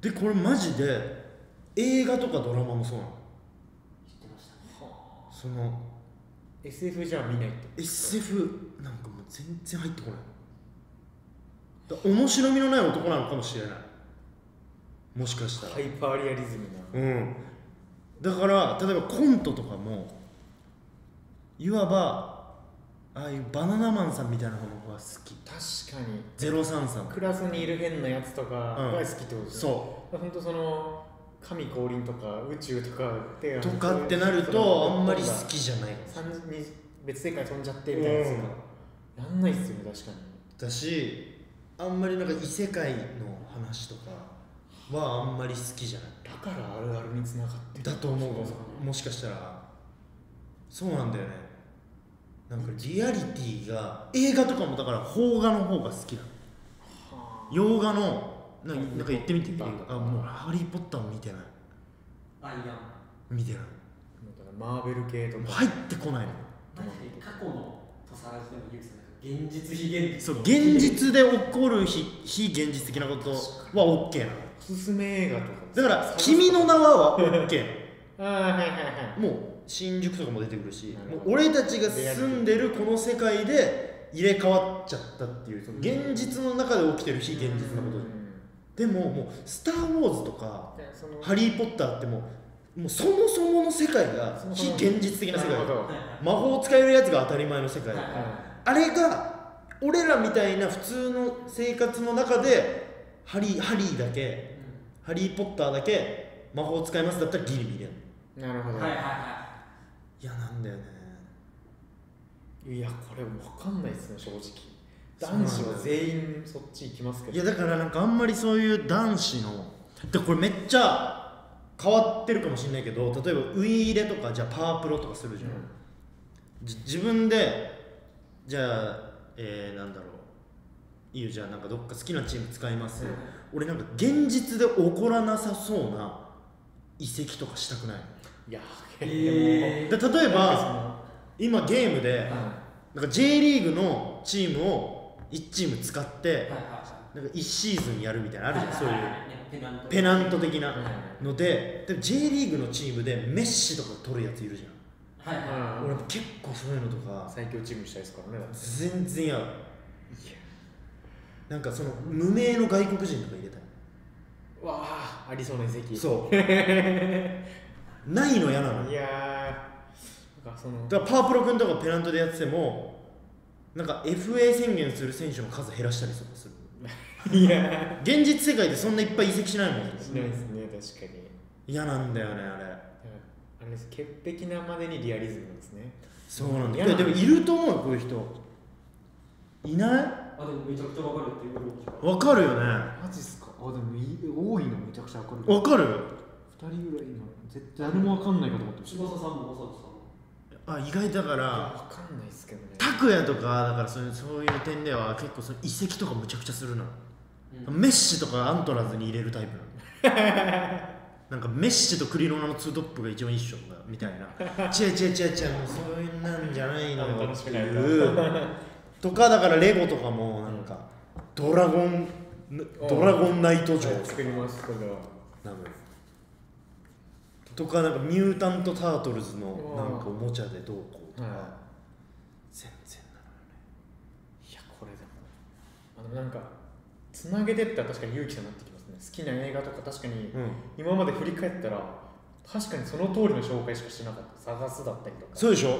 [SPEAKER 1] でこれマジで映画とかドラマもそうなの
[SPEAKER 2] 知ってましたね
[SPEAKER 1] その
[SPEAKER 3] SF じゃ見ないって
[SPEAKER 1] SF なんかもう全然入ってこないだ面白みのない男なのかもしれないもしかしたら、
[SPEAKER 3] ハイパーリアリズムな
[SPEAKER 1] うんだから例えばコントとかもいわばああいうバナナマンさんみたいなのが好き
[SPEAKER 3] 確かに
[SPEAKER 1] 03さん
[SPEAKER 3] クラスにいる変なやつとか
[SPEAKER 1] うん
[SPEAKER 3] が好きってことですね、
[SPEAKER 1] そ
[SPEAKER 3] ほん、本当その神降臨とか宇宙とかって
[SPEAKER 1] うとかってなるとあんまり好きじゃない
[SPEAKER 3] 三に別世界飛んじゃってみたいなやつとか、やんないっすよね確かに
[SPEAKER 1] だしあんまりなんか異世界の話とかはあんまり好きじゃない
[SPEAKER 3] だからあるあるにつながってる
[SPEAKER 1] だと思う
[SPEAKER 3] そう
[SPEAKER 1] わもしかしたらそうなんだよねなんかリアリティが映画とかもだから邦画の方が好きなの
[SPEAKER 3] はあ
[SPEAKER 1] 洋画のななんか言ってみて
[SPEAKER 3] ハリーポッター
[SPEAKER 1] あもう「ハリー・ポッター」も見てない
[SPEAKER 2] アイアン
[SPEAKER 1] 見てない
[SPEAKER 3] だからマーベル系と
[SPEAKER 1] もう
[SPEAKER 3] か
[SPEAKER 1] 入ってこないの
[SPEAKER 2] マジで過去の土佐ラジでも言うけど現実非現実
[SPEAKER 1] そう現実で起こる非非現実的なことは OK なの
[SPEAKER 3] おすすめ映画とか
[SPEAKER 1] だから「
[SPEAKER 3] 探す
[SPEAKER 1] 君の名は」は OK なの
[SPEAKER 3] ああはいはいはい
[SPEAKER 1] もう新宿とかも出てくるし
[SPEAKER 3] なる
[SPEAKER 1] もう
[SPEAKER 3] ほど
[SPEAKER 1] 俺たちが住んでるこの世界で入れ替わっちゃったっていうその現実の中で起きてる非現実なことでももう「スター・ウォーズ」とか
[SPEAKER 3] で
[SPEAKER 1] 「
[SPEAKER 3] その
[SPEAKER 1] ハリー・ポッター」ってもうもうそもそもの世界が
[SPEAKER 3] そもそ
[SPEAKER 1] 非
[SPEAKER 3] も
[SPEAKER 1] 現実的な世界
[SPEAKER 3] なるほ
[SPEAKER 2] は
[SPEAKER 3] ど
[SPEAKER 2] いはい
[SPEAKER 1] 魔法を使えるやつが当たり前の世界
[SPEAKER 2] はい
[SPEAKER 1] あれが俺らみたいな普通の生活の中でハリーハリーだけ
[SPEAKER 2] う
[SPEAKER 1] ハリー・ポッターだけ魔法を使いますだったらギリ見れる
[SPEAKER 3] なるほ
[SPEAKER 2] ん
[SPEAKER 3] ど、
[SPEAKER 2] はいはいはい
[SPEAKER 1] やなんだよね
[SPEAKER 3] い、やこれわかんないですね正直
[SPEAKER 1] そうなん
[SPEAKER 3] 男
[SPEAKER 1] だ
[SPEAKER 3] 子は全員そっち行きますけ
[SPEAKER 1] い
[SPEAKER 3] ど
[SPEAKER 1] やだからなんかあんまりそういう男子のでこれめっちゃ変わってるかもしれないけど例えばウイイレとかじゃあパワープロとかするじゃん、じ自分でじゃあ、えー、なんだろういいよじゃあなんかどっか好きなチーム使います、
[SPEAKER 2] うん
[SPEAKER 1] 俺なんか現実で起こらなさそうな移籍とかしたくない
[SPEAKER 3] いや
[SPEAKER 2] え
[SPEAKER 3] で
[SPEAKER 2] ー
[SPEAKER 1] で
[SPEAKER 3] も
[SPEAKER 1] 例えば
[SPEAKER 3] なんか
[SPEAKER 1] 今ゲームで
[SPEAKER 3] その
[SPEAKER 1] なんか J リーグのチームを1チーム使って
[SPEAKER 2] はいはいは
[SPEAKER 1] な
[SPEAKER 2] い
[SPEAKER 1] んか1シーズンやるみたいなのあるじゃんそういう
[SPEAKER 2] ういう
[SPEAKER 1] ペ
[SPEAKER 2] ン
[SPEAKER 1] ナント的な、
[SPEAKER 3] う
[SPEAKER 1] のででも J リーグのチームでメッシとか取るやついるじ
[SPEAKER 2] はいはい
[SPEAKER 1] ゃん、
[SPEAKER 3] ん
[SPEAKER 1] 俺
[SPEAKER 3] 俺
[SPEAKER 1] も結構そういうのとか
[SPEAKER 3] 最強チームしたいですからね
[SPEAKER 1] 全然やるなんかその無名の外国人とか入れたい
[SPEAKER 3] わあありそうな遺跡
[SPEAKER 1] そううないの嫌なの
[SPEAKER 3] いやーなんかその
[SPEAKER 1] だからパワープロ君とかペナントでやっててもなんか FA 宣言する選手の数減らしたりとかする
[SPEAKER 3] いや
[SPEAKER 1] 現実世界でそんないっぱい移籍しないもん
[SPEAKER 3] しないですね確かに
[SPEAKER 1] 嫌なんだよねあれ
[SPEAKER 3] あれです潔癖なまでにリアリズムなんですね
[SPEAKER 1] そうなんだ
[SPEAKER 3] 嫌
[SPEAKER 1] い
[SPEAKER 3] な
[SPEAKER 1] や
[SPEAKER 3] の
[SPEAKER 1] でもいると思うよこういう人いな
[SPEAKER 2] あでもめちゃくちゃわかるっていうことを聞
[SPEAKER 1] いわかるよねわ
[SPEAKER 3] マジっすかあでもい多いのめちゃくちゃ分か
[SPEAKER 1] かる
[SPEAKER 3] 2人ぐらいの絶対誰も分かんないかと思って
[SPEAKER 2] く翼さんも正人さんも
[SPEAKER 1] あ意外だから
[SPEAKER 3] 分かんないっすけどね
[SPEAKER 1] 拓也とかだからそういうそういう点では結構その移籍とかむちゃくちゃするの、
[SPEAKER 2] うん
[SPEAKER 1] メッシとかアントラーズに入れるタイプななんかメッシとクリロナのツートップが一番いいっしょみたいな「違う違う違う違うもうそういうなんじゃないのよ」っていう とかだからレゴとかもなんか「ドラゴンドラゴンナイト城」
[SPEAKER 3] 作りますこれは
[SPEAKER 1] なのよとかなんかミュータント・タートルズのなんかおもちゃでどうこうとか、
[SPEAKER 3] は
[SPEAKER 1] 全然なのよね
[SPEAKER 3] いやこれでもあのなんかつなげてったら確かに勇気さになってきますね好きな映画とか確かに
[SPEAKER 1] うん
[SPEAKER 3] 今まで振り返ったら確かにその通りの紹介しかしてなかった探すだったりとか
[SPEAKER 1] そうでしょ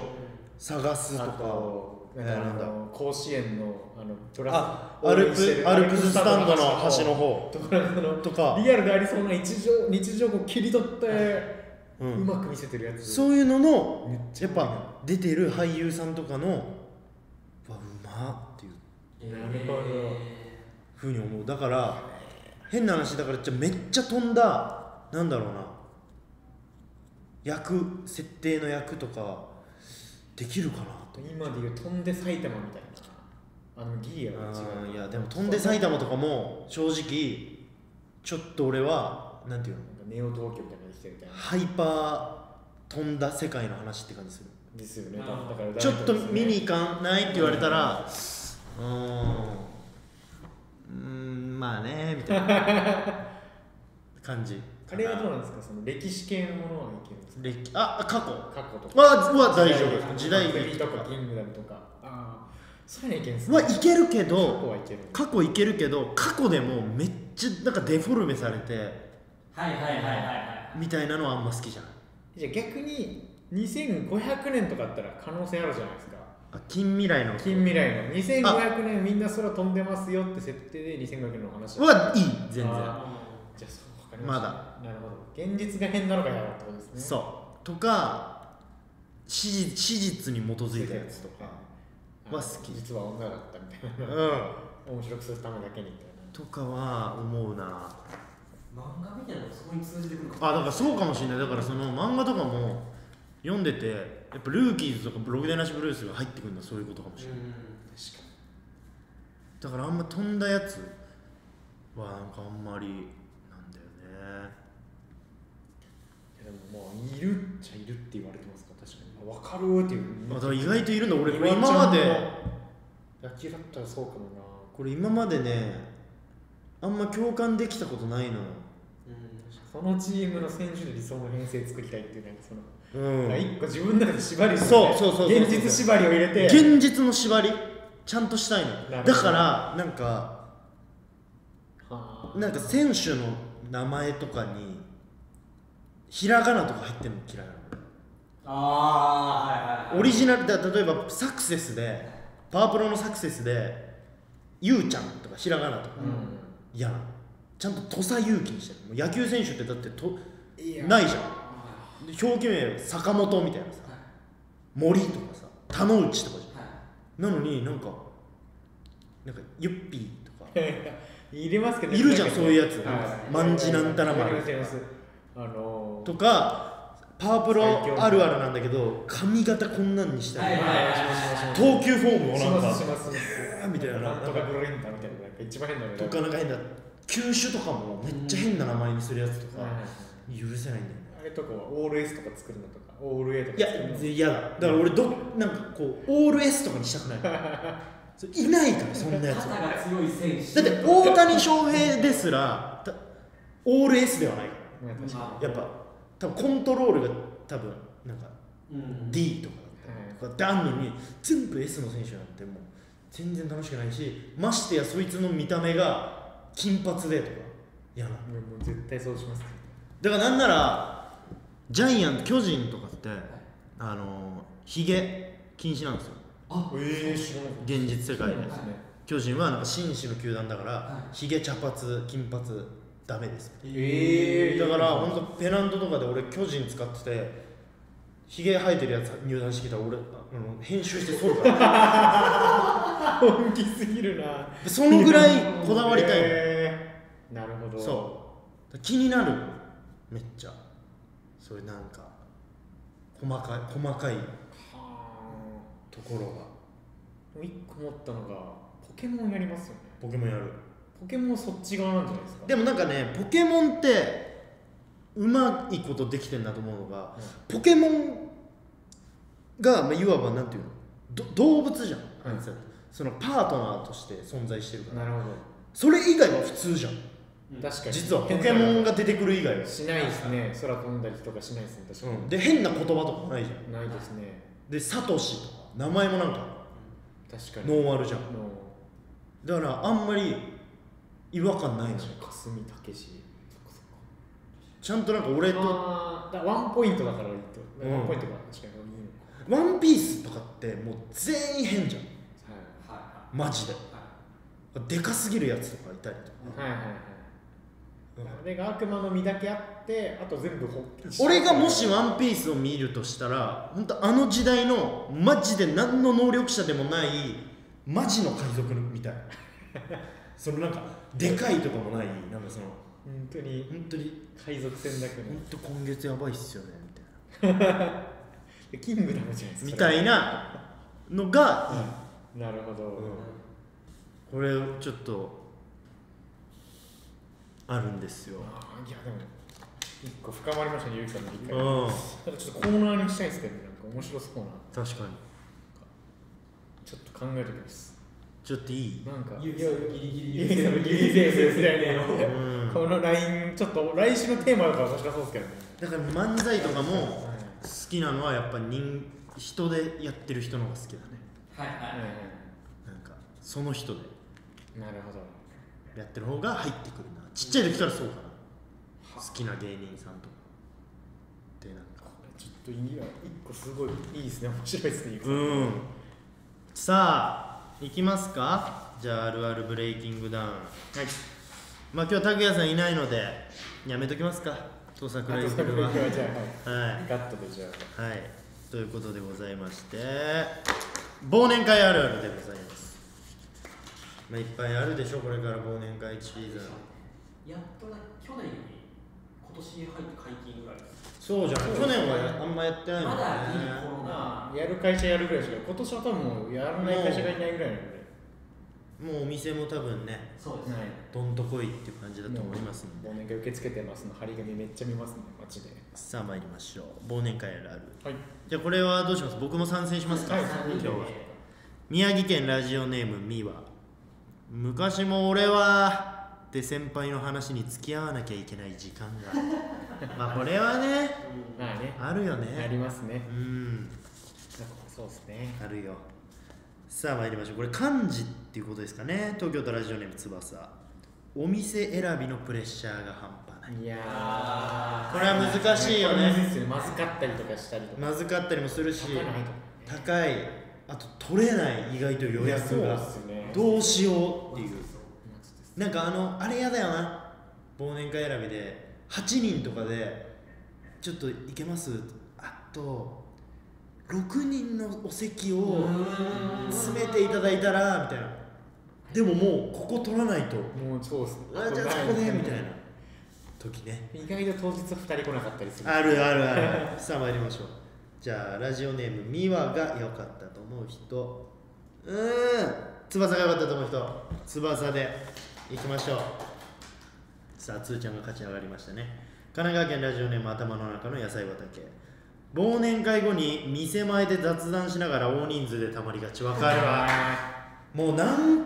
[SPEAKER 1] 探すと
[SPEAKER 3] あ
[SPEAKER 1] か
[SPEAKER 3] となん
[SPEAKER 1] えー
[SPEAKER 3] か
[SPEAKER 1] なんだ
[SPEAKER 3] あの甲子園のあのドラ
[SPEAKER 1] あ
[SPEAKER 3] ム
[SPEAKER 1] アルプアルプススタンドの端の方
[SPEAKER 3] とかその
[SPEAKER 1] とか、
[SPEAKER 3] リアルでありそうな日常日常を切り取って
[SPEAKER 1] う
[SPEAKER 3] うんまく見せてるやつ
[SPEAKER 1] そういうのの
[SPEAKER 3] めっち
[SPEAKER 1] や
[SPEAKER 3] ゃ
[SPEAKER 1] っぱ出てる俳優さんとかのうわうまっっていう
[SPEAKER 3] なるほど
[SPEAKER 1] ふうに思うだから変な話だからじゃあめっちゃ飛んだなんだろうな役設定の役とかできるかなと
[SPEAKER 3] 今でいう飛んで埼玉みたいなあのギリアは
[SPEAKER 1] あ
[SPEAKER 3] 違
[SPEAKER 1] ー
[SPEAKER 3] う
[SPEAKER 1] いやでも飛んで埼玉とかも正直ちょっと俺はなんていうの
[SPEAKER 3] なんかネオ東京みたいなのできてるみたいな
[SPEAKER 1] ハイパー飛んだ世界の話って感じする
[SPEAKER 3] ですよね
[SPEAKER 2] あ
[SPEAKER 3] だ
[SPEAKER 2] ー
[SPEAKER 3] から
[SPEAKER 1] ちょっと見に行かないって言われたらうーんうーんまあねみたいな感じ
[SPEAKER 3] あれはどうなんですかその歴史系のものはいけるんですか
[SPEAKER 1] 歴あ過去
[SPEAKER 3] 過去とか
[SPEAKER 1] はは大丈夫時代
[SPEAKER 3] 劇
[SPEAKER 1] 劇
[SPEAKER 3] と
[SPEAKER 1] と
[SPEAKER 3] か
[SPEAKER 1] か
[SPEAKER 3] キングダムとかああそういうのいけるんですね
[SPEAKER 1] はいけるけ
[SPEAKER 3] 過去
[SPEAKER 1] ど
[SPEAKER 3] はいける
[SPEAKER 1] 過去いけるけど過去でもめっちゃなんかデフォルメされて
[SPEAKER 2] はいはいはいはいはい
[SPEAKER 1] みたいなのはあんま好きじゃない
[SPEAKER 3] じゃあ逆に2500年とかだったら可能性あるじゃないですか
[SPEAKER 1] あ近未来の
[SPEAKER 3] 近未来の2500年みんな空飛んでますよって設定で2500年の話
[SPEAKER 1] はいい全然
[SPEAKER 2] あ
[SPEAKER 3] あじゃあそうわかりました
[SPEAKER 1] ま
[SPEAKER 3] なるほど現実が変なのかやろってことですねう
[SPEAKER 1] そうとか史実史実に基づいたやつとかは好き
[SPEAKER 3] 実は女だったみたいな
[SPEAKER 1] うん
[SPEAKER 3] 面白くするためだけにみたいな
[SPEAKER 1] とかは思うな
[SPEAKER 2] ー漫画みたいなのがそこに通じてくるかも
[SPEAKER 1] あだからそうかもしれないだからその漫画とかも読んでてやっぱルーキーズとかログデナシブルースが入ってくるのはそういうことかもしれない、だからあんま飛んだやつはなんかあんまりなんだよね
[SPEAKER 3] いやでももういるっちゃいるって言われてますから確かにあ分かるーっていう
[SPEAKER 1] まあだから意外といるんだ俺これ
[SPEAKER 3] 岩ちゃん
[SPEAKER 1] 今ま
[SPEAKER 3] も
[SPEAKER 1] で
[SPEAKER 3] 野球だったらそうかもな
[SPEAKER 1] これ今までねあんま共感できたことないのよ
[SPEAKER 3] そのチームの選手で理想の編成作りたいっていうなんかその、
[SPEAKER 1] うん
[SPEAKER 3] なんか一個自分の中で縛りを
[SPEAKER 1] そうそうそうそう
[SPEAKER 3] 現実縛りを入れて
[SPEAKER 1] 現実の縛りちゃんとしたい
[SPEAKER 3] なる
[SPEAKER 1] の
[SPEAKER 3] ほど
[SPEAKER 1] だからなんか
[SPEAKER 3] はあ
[SPEAKER 1] なんか選手の名前とかにひらがなとか入ってるの嫌いな
[SPEAKER 2] ああーはいはいはい
[SPEAKER 1] のオリジナルだ例えばサクセスでパワプロのサクセスでゆうちゃんとかひらがなとか
[SPEAKER 3] う
[SPEAKER 1] 嫌なのちゃんと土佐勇気にしてるもう野球選手ってだってと
[SPEAKER 3] んいや
[SPEAKER 1] ないじゃんで表記名坂本みたいなさ
[SPEAKER 2] はい
[SPEAKER 1] 森とかさ田之内とかじ
[SPEAKER 2] はい
[SPEAKER 1] ゃんなのになんかなんかゆっぴーとか
[SPEAKER 3] 入れますけど
[SPEAKER 1] いるじゃんそういうやつ
[SPEAKER 3] は
[SPEAKER 1] 万事なんたら丸
[SPEAKER 3] わかりますわかりますあのー
[SPEAKER 1] とかパワープ
[SPEAKER 3] 最
[SPEAKER 1] ロ
[SPEAKER 3] 強
[SPEAKER 1] あるあるなんだけど髪型こんなんにしたり、
[SPEAKER 2] はいはいはい
[SPEAKER 1] 投球フォームを
[SPEAKER 3] し
[SPEAKER 1] なん
[SPEAKER 3] ま
[SPEAKER 1] か
[SPEAKER 3] すしますします
[SPEAKER 1] みたいな
[SPEAKER 3] なんとかグロリンタみたいななんか一番変なの
[SPEAKER 1] とかなんか変だ球種とかもめっちゃ変な名前にするやつと
[SPEAKER 3] はいは
[SPEAKER 1] か
[SPEAKER 3] いはい
[SPEAKER 1] 許せないんだよね
[SPEAKER 3] あれとかはオール S とか作るのとかオール A とか
[SPEAKER 1] いや
[SPEAKER 3] 作るの
[SPEAKER 1] ぜ嫌だだから俺どなんかこうオール S とかにした くないそれいないからそんなやつ
[SPEAKER 2] 肩が強い選手
[SPEAKER 1] だって大谷翔平ですらたオール S ではないか
[SPEAKER 3] まあ確かに
[SPEAKER 1] ら
[SPEAKER 2] ま
[SPEAKER 1] やっぱ多分コントロールが多分なんか
[SPEAKER 2] うん、
[SPEAKER 1] D とかだこうやってあんのに全部 S の選手なんてもう全然楽しくないしましてやそいつの見た目が金髪でとか嫌なの
[SPEAKER 3] もうもう絶対そうします
[SPEAKER 1] だからなんならジャイアン巨人とかってあのひげ禁止なんですよ
[SPEAKER 2] あ
[SPEAKER 3] ええ知らな
[SPEAKER 1] 現実世界で
[SPEAKER 3] そうなんですね
[SPEAKER 1] 巨人はなんか紳士の球団だから
[SPEAKER 2] は
[SPEAKER 1] ひげ茶髪金髪ダメです
[SPEAKER 3] え
[SPEAKER 1] だから本当ペナントとかで俺巨人使っててひげ生えてるやつ入団してきたら俺あの編集して剃るから
[SPEAKER 3] 本気すぎるな
[SPEAKER 1] そのぐらいこだわりたい、
[SPEAKER 3] へーなるほど
[SPEAKER 1] そう気になるめっちゃそういうなんか細かい細かい
[SPEAKER 3] は
[SPEAKER 1] ところが
[SPEAKER 3] ーもう一個持ったのがポケモンやりますよね
[SPEAKER 1] ポケモンやる
[SPEAKER 3] ポケモンそっち側なんじゃないですか
[SPEAKER 1] でもなんかねポケモンってうまいことできてんなと思うのが、
[SPEAKER 3] うん
[SPEAKER 1] ポケモンが、まあ、いわばなんていうのど動物じゃん、
[SPEAKER 3] うん
[SPEAKER 1] あいつらってそのパートナーとして存在してるから
[SPEAKER 3] なるほ
[SPEAKER 1] それ以外は普通じゃん
[SPEAKER 2] うん
[SPEAKER 3] ど確かに
[SPEAKER 1] 実はポケモンが出てくる以外は、
[SPEAKER 3] しないですね空飛んだりとかしないですね確か
[SPEAKER 1] うん、で変な言葉とかもないじゃん
[SPEAKER 3] にないですね
[SPEAKER 1] でサトシとか名前もなんか
[SPEAKER 3] 確かに
[SPEAKER 1] ノーマルじゃん
[SPEAKER 3] の
[SPEAKER 1] だからあんまり違和感ないのよ
[SPEAKER 3] 霞武史
[SPEAKER 1] ちゃんとなんか俺と
[SPEAKER 3] あーだからワンポイントだからいいってこと
[SPEAKER 1] うん
[SPEAKER 3] ワンポイントが確かにいいのか
[SPEAKER 1] ワンピースとかってもう全員変じゃん
[SPEAKER 3] は
[SPEAKER 2] は
[SPEAKER 1] マジで
[SPEAKER 2] いはいは
[SPEAKER 1] でかすぎるやつとかいたりとか、
[SPEAKER 3] いはいはいはいあれが悪魔の実だけあってあと全部ほ
[SPEAKER 1] 俺がもし「ワンピースを見るとしたら本当あの時代のマジで何の能力者でもないマジの海賊みたいそのなんかでかいとかもないなんかその
[SPEAKER 3] 本当に
[SPEAKER 1] 本当に
[SPEAKER 3] 海賊船だけど
[SPEAKER 1] 本当今月やばいっすよねみたいな
[SPEAKER 3] キングダムじゃないですか
[SPEAKER 1] みたいなのが、
[SPEAKER 3] なるほど、
[SPEAKER 1] うん
[SPEAKER 2] い
[SPEAKER 1] これちょっとあるんですよ
[SPEAKER 3] あーいやでも一個深まりましたねゆうきさんの理
[SPEAKER 1] うん
[SPEAKER 3] 解なんかちょっとコーナーにしたいですけどねなんか面白そうな
[SPEAKER 1] 確かに
[SPEAKER 3] ちょっと考えておきます
[SPEAKER 1] ちょっといい
[SPEAKER 3] なんか
[SPEAKER 2] ゆうきさんギリギリ
[SPEAKER 3] ゆうきさんギリギリセーフです
[SPEAKER 1] う
[SPEAKER 3] よね
[SPEAKER 1] ん
[SPEAKER 3] このラインちょっと来週のテーマとか面白そうですけどね
[SPEAKER 1] だから漫才とかも
[SPEAKER 3] はいはい
[SPEAKER 1] 好きなのはやっぱ人人でやってる人の方が好きだね
[SPEAKER 2] はいはいはい
[SPEAKER 1] なんかその人で
[SPEAKER 3] なるほど
[SPEAKER 1] やってる方が入ってくるなちっちゃい時からそうかな好きな芸人さんとかでなんか
[SPEAKER 3] ちょっといいや一個すごいいいですね面白いですねゆうきさん
[SPEAKER 1] うんさあ行きますかじゃああるあるブレイキングダウン
[SPEAKER 3] はい
[SPEAKER 1] まあ今日拓哉さんいないのでやめときますか盗作
[SPEAKER 3] あ
[SPEAKER 1] ライ
[SPEAKER 3] と
[SPEAKER 1] ブ
[SPEAKER 3] それ
[SPEAKER 1] は
[SPEAKER 3] はじゃ
[SPEAKER 1] は
[SPEAKER 3] あはいガットでじゃあ
[SPEAKER 1] いはいということでございまして忘年会あるあるでございますまあいっぱいあるでしょこれから忘年会シーズン
[SPEAKER 2] やっとな去年より今年に入って解禁ぐらいです
[SPEAKER 1] そうじゃん去年はやあんまやってないもん
[SPEAKER 2] ま
[SPEAKER 1] ね
[SPEAKER 2] だギリコロナ
[SPEAKER 3] やる会社やるぐらいしか今年は多分もうやらない会社がいないぐらいなんで
[SPEAKER 1] もうお店も多分ね
[SPEAKER 2] そうですね、
[SPEAKER 3] はい
[SPEAKER 1] どんとこいっていう感じだと思いますので
[SPEAKER 3] 忘年会受け付けてますの張り紙めっちゃ見ますね街で
[SPEAKER 1] さあ参りましょう忘年会あるある
[SPEAKER 3] はい
[SPEAKER 1] じゃあこれはどうします僕も参戦しますか、
[SPEAKER 3] はい
[SPEAKER 2] 三人
[SPEAKER 1] 今
[SPEAKER 2] で
[SPEAKER 1] 日は宮城県ラジオネームみわ昔も俺はって先輩の話に付き合わなきゃいけない時間 がまあこれはね
[SPEAKER 2] うん
[SPEAKER 3] まあね
[SPEAKER 1] あるよ
[SPEAKER 3] あり
[SPEAKER 1] ね
[SPEAKER 3] ますね
[SPEAKER 1] うん
[SPEAKER 3] そうですね
[SPEAKER 1] あるよさあ参りましょうこれ漢字っていうことですかね東京都ラジオネーム翼お店選びのプレッシャーが半端ない
[SPEAKER 3] いや
[SPEAKER 1] これは難しいよね
[SPEAKER 3] これむずっすよまずかったりとかしたりとか
[SPEAKER 1] まずかったりもするし
[SPEAKER 3] 高いの入っ
[SPEAKER 1] 高いあと取れない意外と予約
[SPEAKER 3] そう
[SPEAKER 1] が
[SPEAKER 3] っすね
[SPEAKER 1] どうしようっていう
[SPEAKER 3] まあちょっと
[SPEAKER 1] なんかあのあれやだよな忘年会選びで8人とかで「ちょっと行けます?」あと6人のお席を詰めていただいたらみたいなでももうここ取らないと
[SPEAKER 3] もうそうっすね
[SPEAKER 1] あじゃあそこでみたいな時ね
[SPEAKER 3] 意外と当日は2人来なかったりする
[SPEAKER 1] あるある あるさあ参りましょうじゃあラジオネームミワが良かったと思う人うーん翼が良かったと思う人翼でいきましょうさあつーちゃんが勝ち上がりましたね神奈川県ラジオネーム頭の中の野菜畑忘年会後に店前で雑談しながら大人数でたまりがちわかるわ
[SPEAKER 3] あ
[SPEAKER 1] もう何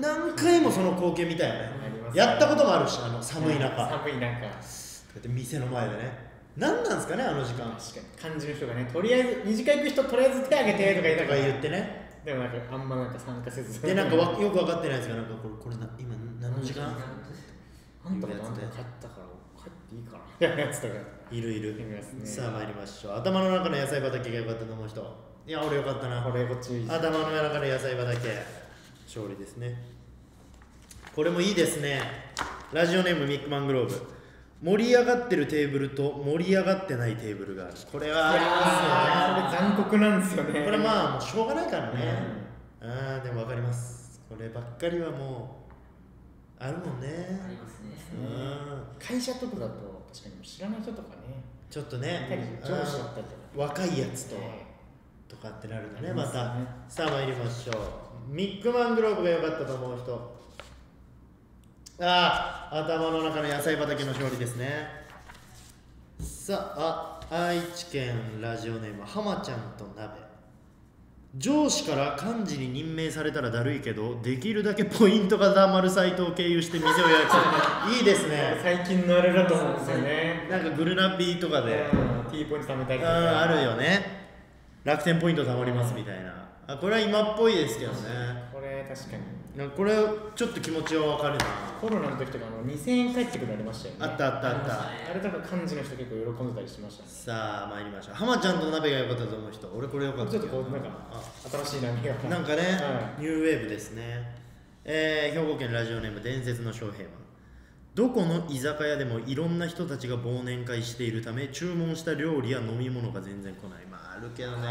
[SPEAKER 1] 何回もその光景見たよね
[SPEAKER 3] ありますね
[SPEAKER 1] やったこともあるしあの
[SPEAKER 3] ー
[SPEAKER 1] 寒い中だ
[SPEAKER 3] 寒い中
[SPEAKER 1] って店の前でね何なんですかねあの時間
[SPEAKER 3] 確かに感じる人がねとりあえず二次会行く人とりあえず手挙げてとか言いな
[SPEAKER 1] と
[SPEAKER 3] が
[SPEAKER 1] から言ってね
[SPEAKER 3] でもなんかあんまなんか参加せず
[SPEAKER 1] でなんかわよく分かってないやつがなんかこれこれな今何の時間
[SPEAKER 3] あんたがなんとか帰ったから帰っていいかなみたいなやつとか
[SPEAKER 1] いるいる
[SPEAKER 3] いますね
[SPEAKER 1] さあ参りましょう頭の中の野菜畑が良かったと思う人いや俺良かったな
[SPEAKER 3] これこっちいいです
[SPEAKER 1] 頭の中の野菜畑勝利ですねこれもいいですねラジオネームミックマングローブ盛り上がってるテーブルと盛り上がってないテーブルがあるこれはあ
[SPEAKER 3] い
[SPEAKER 1] りますよね
[SPEAKER 3] やーそれ残酷なんですよね
[SPEAKER 1] これまあもうしょうがないからね、ああでも分かりますこればっかりはもうあるもんね
[SPEAKER 2] ありますね
[SPEAKER 1] うん
[SPEAKER 3] 会社とかだと確かにもう知らない人とかね
[SPEAKER 1] ちょっと
[SPEAKER 3] やっぱり
[SPEAKER 1] ね、
[SPEAKER 3] 上司だったりとか
[SPEAKER 1] うん若いやつと
[SPEAKER 3] ね
[SPEAKER 1] とかってなるとね
[SPEAKER 3] あり
[SPEAKER 1] ま
[SPEAKER 3] ますね
[SPEAKER 1] たさあ参りましょうミックマングローブが良かったと思う人ああ頭の中の野菜畑の勝利ですねさああ愛知県ラジオネームはまちゃんと鍋上司から幹事に任命されたらだるいけどできるだけポイントがたまるサイトを経由して店を予約するいいですね
[SPEAKER 3] 最近のあれだと思うんですよね
[SPEAKER 1] なんかグルナピーとかで、
[SPEAKER 3] うん T ポイント貯めたり
[SPEAKER 1] う
[SPEAKER 3] と
[SPEAKER 1] ん
[SPEAKER 3] か
[SPEAKER 1] あるよね楽天ポイント貯まりますみたいなあこれは今っぽいですけどね
[SPEAKER 3] これ確かに
[SPEAKER 1] なんかこれちょっと気持ちはわかるな
[SPEAKER 3] コロナの時とかあの2000円返ってくるのありましたよね
[SPEAKER 1] あったあったあっ
[SPEAKER 2] ありました
[SPEAKER 1] た
[SPEAKER 2] ね
[SPEAKER 3] あれとか幹事の人結構喜んでたりしてましたね
[SPEAKER 1] さあ参りましょう浜ちゃんと鍋が良かったと思う人俺これ良かった
[SPEAKER 3] ち
[SPEAKER 1] け
[SPEAKER 3] ょっと
[SPEAKER 1] ど
[SPEAKER 3] こうなんか新しい波が
[SPEAKER 1] なんかね、
[SPEAKER 3] は
[SPEAKER 1] ニューウェーブですね、えー兵庫県ラジオネーム伝説の将兵はどこの居酒屋でもいろんな人たちが忘年会しているため注文した料理や飲み物が全然来ないまああるけどね、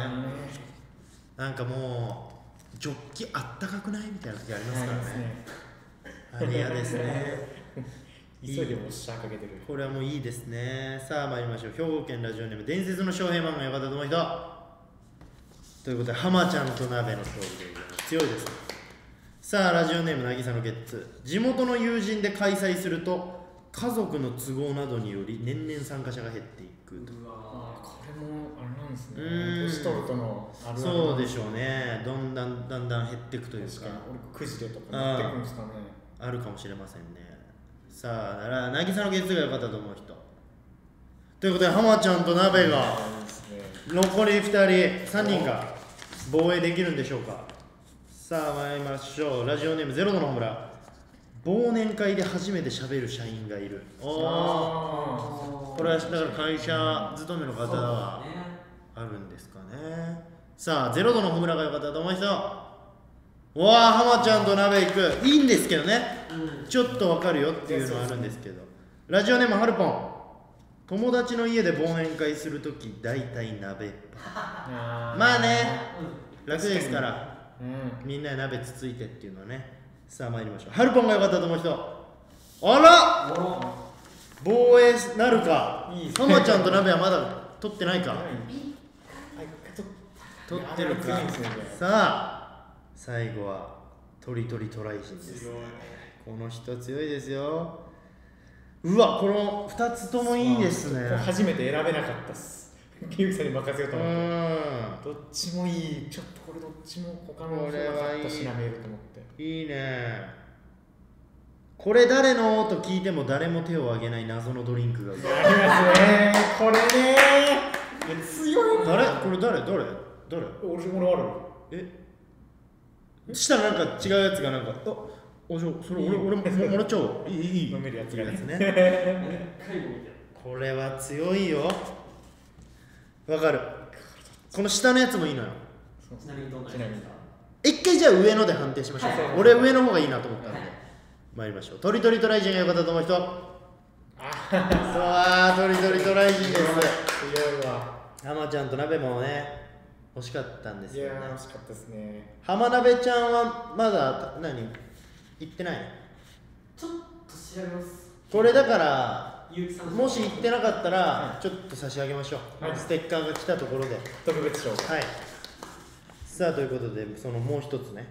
[SPEAKER 1] なんかもうジョッキあったかくないみたいな時ありますからねあれ嫌ですね
[SPEAKER 3] 急いでもおっしゃかけてる
[SPEAKER 1] これはもういいですねさあ参りましょう兵庫県ラジオネーム伝説の将兵漫画よかったと思う人ということで浜ちゃんと鍋の勝利でございます強いですねさあラジオネーム渚のゲッツ地元の友人で開催すると家族の都合などにより年々参加者が減っていくと
[SPEAKER 2] う
[SPEAKER 3] あ
[SPEAKER 2] わ
[SPEAKER 3] これもあれなんですね
[SPEAKER 1] うん
[SPEAKER 3] 年取るとのあるある
[SPEAKER 1] そうでしょうねどんだんだんだん減っていくという
[SPEAKER 3] 確か
[SPEAKER 1] か
[SPEAKER 3] に俺9時でとかなってくんですかね
[SPEAKER 1] あるかもしれませんねさあなら渚の月が良かったと思う人ということで浜ちゃんと鍋が
[SPEAKER 3] あいいですね
[SPEAKER 1] 残り2人3人が防衛できるんでしょうかさあ参りましょうラジオネームゼロ度の村忘年会で初めて喋る社員がいるおお
[SPEAKER 3] あ
[SPEAKER 2] ー
[SPEAKER 1] これはだから会社勤めの方は
[SPEAKER 2] そうだね
[SPEAKER 1] あるんですかねさあゼロ度のホムラが良かったと思い人うわあ浜ちゃんと鍋行くいいんですけどね
[SPEAKER 2] うん
[SPEAKER 1] ちょっとわかるよっていうのはあるんですけどラジオネームはるぽん友達の家で忘年会するとき大体鍋
[SPEAKER 3] あ
[SPEAKER 1] まあね
[SPEAKER 2] う
[SPEAKER 1] 楽ですから
[SPEAKER 3] うん
[SPEAKER 1] みんなで鍋つついてっていうのはねさあ参りましょうハルポンが良かったと思う人あら
[SPEAKER 2] んおー
[SPEAKER 1] 防衛なるか
[SPEAKER 3] いい
[SPEAKER 1] ハマちゃんと鍋はまだ取ってないか取ってるかさあ最後はトリトリトライ人です
[SPEAKER 2] 強い
[SPEAKER 1] この人強いですようわこの2つともいいですね
[SPEAKER 3] これ初めて選べなかったっすゆうきさんに任せよう
[SPEAKER 1] う
[SPEAKER 3] と思って
[SPEAKER 1] ん
[SPEAKER 3] どっちもいいちょっとこれどっちも他の
[SPEAKER 1] これはいい
[SPEAKER 3] ちょっと調べると思って
[SPEAKER 1] いいねこれ誰のと聞いても誰も手を挙げない謎のドリンクがうまい
[SPEAKER 3] ありますねこれねいや強いな
[SPEAKER 1] 誰これ誰誰誰
[SPEAKER 3] 俺俺ある
[SPEAKER 1] えしたらなんか違うやつがなんか「あお嬢それ俺
[SPEAKER 3] いいよ
[SPEAKER 1] 俺もももらっちゃおう」いいいい
[SPEAKER 3] 飲めるやつがね
[SPEAKER 1] いいね
[SPEAKER 2] 何回も見てる
[SPEAKER 1] これは強いよわかるこの下のやつもいいのよ
[SPEAKER 3] そう
[SPEAKER 2] ちなみにどんなや
[SPEAKER 3] ち
[SPEAKER 2] つ
[SPEAKER 3] なみ
[SPEAKER 2] で
[SPEAKER 3] に
[SPEAKER 2] すか
[SPEAKER 1] 一回じゃあ上ので判定しましょう、
[SPEAKER 3] はい
[SPEAKER 1] 俺上の方がいいなと思ったんで、
[SPEAKER 2] はい
[SPEAKER 1] 参りましょう「トリトリトライジン」が良かったと思う人そう
[SPEAKER 3] あ
[SPEAKER 1] あートリトリトライジンです
[SPEAKER 3] 強いわ
[SPEAKER 1] 浜ちゃんと鍋もね欲しかったんで
[SPEAKER 3] い
[SPEAKER 1] す
[SPEAKER 3] や
[SPEAKER 1] よね
[SPEAKER 3] ー惜しかったですね
[SPEAKER 1] 浜鍋ちゃんはまだ何行ってない
[SPEAKER 2] ちょっと調べます
[SPEAKER 1] これだから
[SPEAKER 2] ゆうきさん
[SPEAKER 1] もし行ってなかったら
[SPEAKER 3] は
[SPEAKER 1] ちょっと差し上げましょう、
[SPEAKER 3] はい
[SPEAKER 1] ステッカーが来たところではい
[SPEAKER 3] 特別賞が
[SPEAKER 1] さあということでそのもう一つね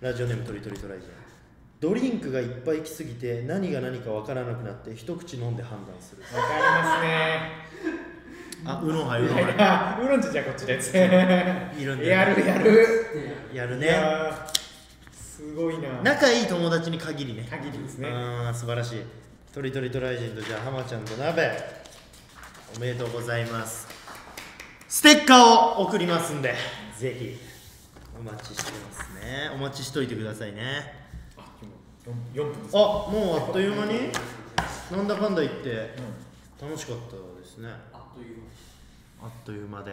[SPEAKER 1] ラジオネームとりとりトライジンドリンクがいっぱい来すぎて何が何かわからなくなって一口飲んで判断する
[SPEAKER 3] わかりますね
[SPEAKER 1] あウノハウノ
[SPEAKER 3] いやい
[SPEAKER 1] ハ
[SPEAKER 3] やウーロン茶じゃあこっちですや
[SPEAKER 1] いるんだよ
[SPEAKER 3] るやる
[SPEAKER 2] ね
[SPEAKER 1] やる
[SPEAKER 3] い
[SPEAKER 1] ね
[SPEAKER 3] やーすごいな
[SPEAKER 1] 仲いい友達に限りね
[SPEAKER 3] 限りですね
[SPEAKER 1] あー素晴らしいとりとりトライジンとじゃあ浜ちゃんと鍋おめでとうございますステッカーを送りますんでぜひお待ちしてますねお待ちしといてくださいね
[SPEAKER 3] あ今4分です
[SPEAKER 1] あもうあっという間になんだかんだ言って楽しかったですね
[SPEAKER 2] あっという間
[SPEAKER 1] あっという間で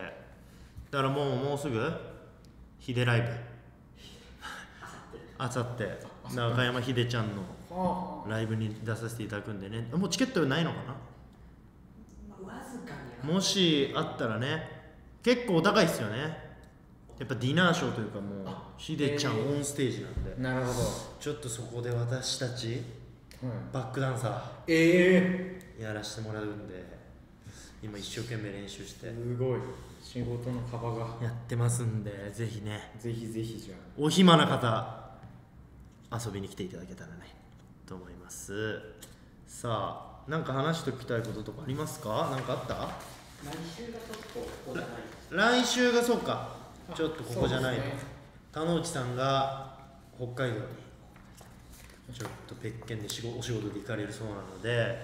[SPEAKER 1] だからもうもうすぐヒデライブあさって中山ヒデちゃんの
[SPEAKER 3] あ
[SPEAKER 1] ライブに出させていただくんでねもうチケットないのかな
[SPEAKER 2] わずかに
[SPEAKER 1] もしあったらね結構お高いっすよねやっぱディナーショーというかもうヒデちゃん
[SPEAKER 3] え
[SPEAKER 1] オンステージなんで
[SPEAKER 3] なるほど、
[SPEAKER 1] ちょっとそこで私たちバックダンサ
[SPEAKER 3] え
[SPEAKER 1] ーやらしてもらうんで今一生懸命練習して
[SPEAKER 3] えすごい仕事の幅が
[SPEAKER 1] やってますんでぜひね
[SPEAKER 3] ぜひぜひじゃ
[SPEAKER 1] お暇な方遊びに来ていただけたらねと思いますさあなんか話しておきたいこととかありますかなんかあった
[SPEAKER 2] 来週がちょっとここじゃない
[SPEAKER 1] 来週がそうかちょっとここじゃない
[SPEAKER 3] そ
[SPEAKER 1] の、
[SPEAKER 3] うですね
[SPEAKER 1] 田之内さんが北海道にちょっと別件で仕事お仕事で行かれるそうなので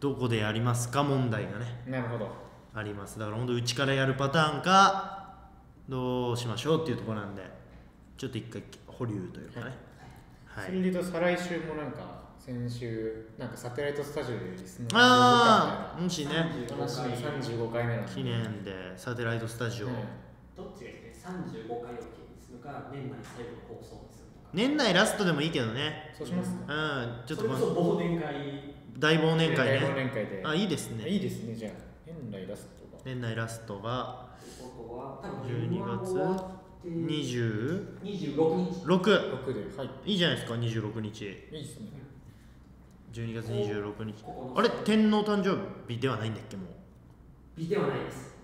[SPEAKER 1] どこでやりますか問題がね
[SPEAKER 3] なるほど
[SPEAKER 1] ありますだから本当うちからやるパターンかどうしましょうっていうところなんでちょっと一回保留というかねは
[SPEAKER 3] そ
[SPEAKER 1] い
[SPEAKER 3] れで言うと再来週もなんか先週なんかサテライトスタジオでリスナー
[SPEAKER 1] ああ
[SPEAKER 3] が
[SPEAKER 1] もしね
[SPEAKER 3] 出たみたいな話35回目なんで
[SPEAKER 1] 記念でサテライトスタジオ、
[SPEAKER 3] はい
[SPEAKER 2] どっちがいいですかね35回を記念するか年内最後の放送にするとか
[SPEAKER 1] 年内ラストでもいいけどね
[SPEAKER 3] そうします
[SPEAKER 1] う
[SPEAKER 3] か
[SPEAKER 1] んちょっと
[SPEAKER 2] それ
[SPEAKER 1] こ
[SPEAKER 2] こ
[SPEAKER 1] の
[SPEAKER 2] そ忘年会
[SPEAKER 1] 大忘年会
[SPEAKER 3] 大
[SPEAKER 1] ね
[SPEAKER 3] 忘年会で
[SPEAKER 1] あいいです
[SPEAKER 3] い
[SPEAKER 1] ね
[SPEAKER 3] いですねじゃあ年来ラストが
[SPEAKER 1] 年内ラストが
[SPEAKER 2] ということは多分
[SPEAKER 1] 12月26
[SPEAKER 2] 月26日
[SPEAKER 3] 6ではい
[SPEAKER 1] いいじゃないですか26日
[SPEAKER 3] いいですね
[SPEAKER 1] 12月26日
[SPEAKER 2] ここの
[SPEAKER 1] あれ天皇誕生日ではないんだっけも
[SPEAKER 2] 日ではないです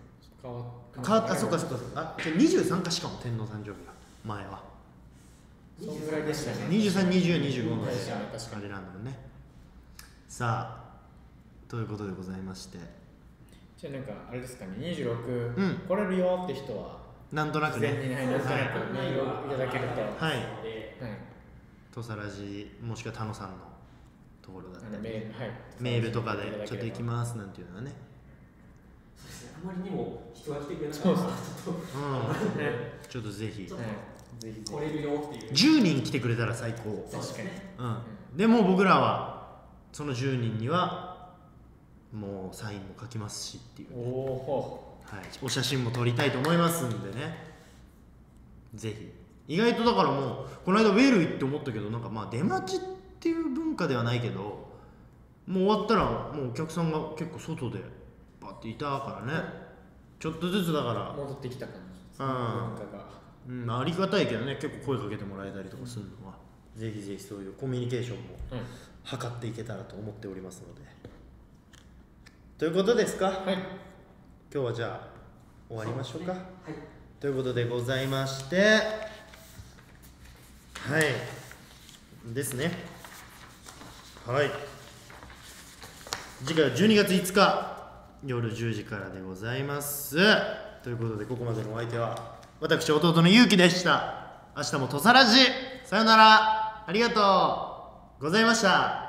[SPEAKER 3] 変わ
[SPEAKER 1] うかあそっかそっかそっかあじゃあ23かしかも天皇誕生日が前は
[SPEAKER 3] そんぐらいでしたね
[SPEAKER 1] 232025の
[SPEAKER 3] 確かに確
[SPEAKER 1] あ
[SPEAKER 3] かに
[SPEAKER 1] れなんだもんねさあということでございまして
[SPEAKER 3] じゃあなんかあれですかね26、
[SPEAKER 1] うん
[SPEAKER 3] 来れるよって人は
[SPEAKER 1] なんとなく
[SPEAKER 3] 事前
[SPEAKER 1] ね
[SPEAKER 3] にないなんとなくメールをいただけるとは
[SPEAKER 1] はい
[SPEAKER 2] い
[SPEAKER 3] い
[SPEAKER 1] 土佐ラジもしくは田野さんのところだっ
[SPEAKER 3] あ
[SPEAKER 1] た
[SPEAKER 3] のメ
[SPEAKER 1] り
[SPEAKER 3] ールはい
[SPEAKER 1] メールとかで
[SPEAKER 3] いただければ
[SPEAKER 1] ちょっと行きますなんていうのはね
[SPEAKER 2] そうですねあまりにも人が来てくれなかったらちょっ
[SPEAKER 1] う
[SPEAKER 3] ね
[SPEAKER 1] んちょっとぜひ
[SPEAKER 3] はいぜひぜ
[SPEAKER 2] と来れるよっていう
[SPEAKER 1] 10人来てくれたら最高
[SPEAKER 2] そうですね
[SPEAKER 1] うん、でも僕らはその10人にはもうサインも書きますしってい
[SPEAKER 3] ひ
[SPEAKER 1] う、
[SPEAKER 3] おお
[SPEAKER 1] はい、お写真も撮りたいと思いますんでねぜひ意外とだからもうこの間ウェル行って思ったけどなんかまあ出待ちっていう文化ではないけどもう終わったらもうお客さんが結構外でバッていたからねちょっとずつだから
[SPEAKER 3] 戻ってきた感じ
[SPEAKER 1] うん
[SPEAKER 3] 文化が
[SPEAKER 1] うん、ありがたいけどね結構声かけてもらえたりとかするのは、ぜひぜひそういうコミュニケーションも
[SPEAKER 3] うん
[SPEAKER 1] 図っていけたらと思っておりますのでということですか、
[SPEAKER 3] はい
[SPEAKER 1] 今日はじゃあ終わりましょうか
[SPEAKER 2] はい
[SPEAKER 1] ということでございましてはいですねはい次回は12月5日夜10時からでございますということでここまでのお相手は私弟のゆうきでした明日も土佐ラジさよならありがとうございました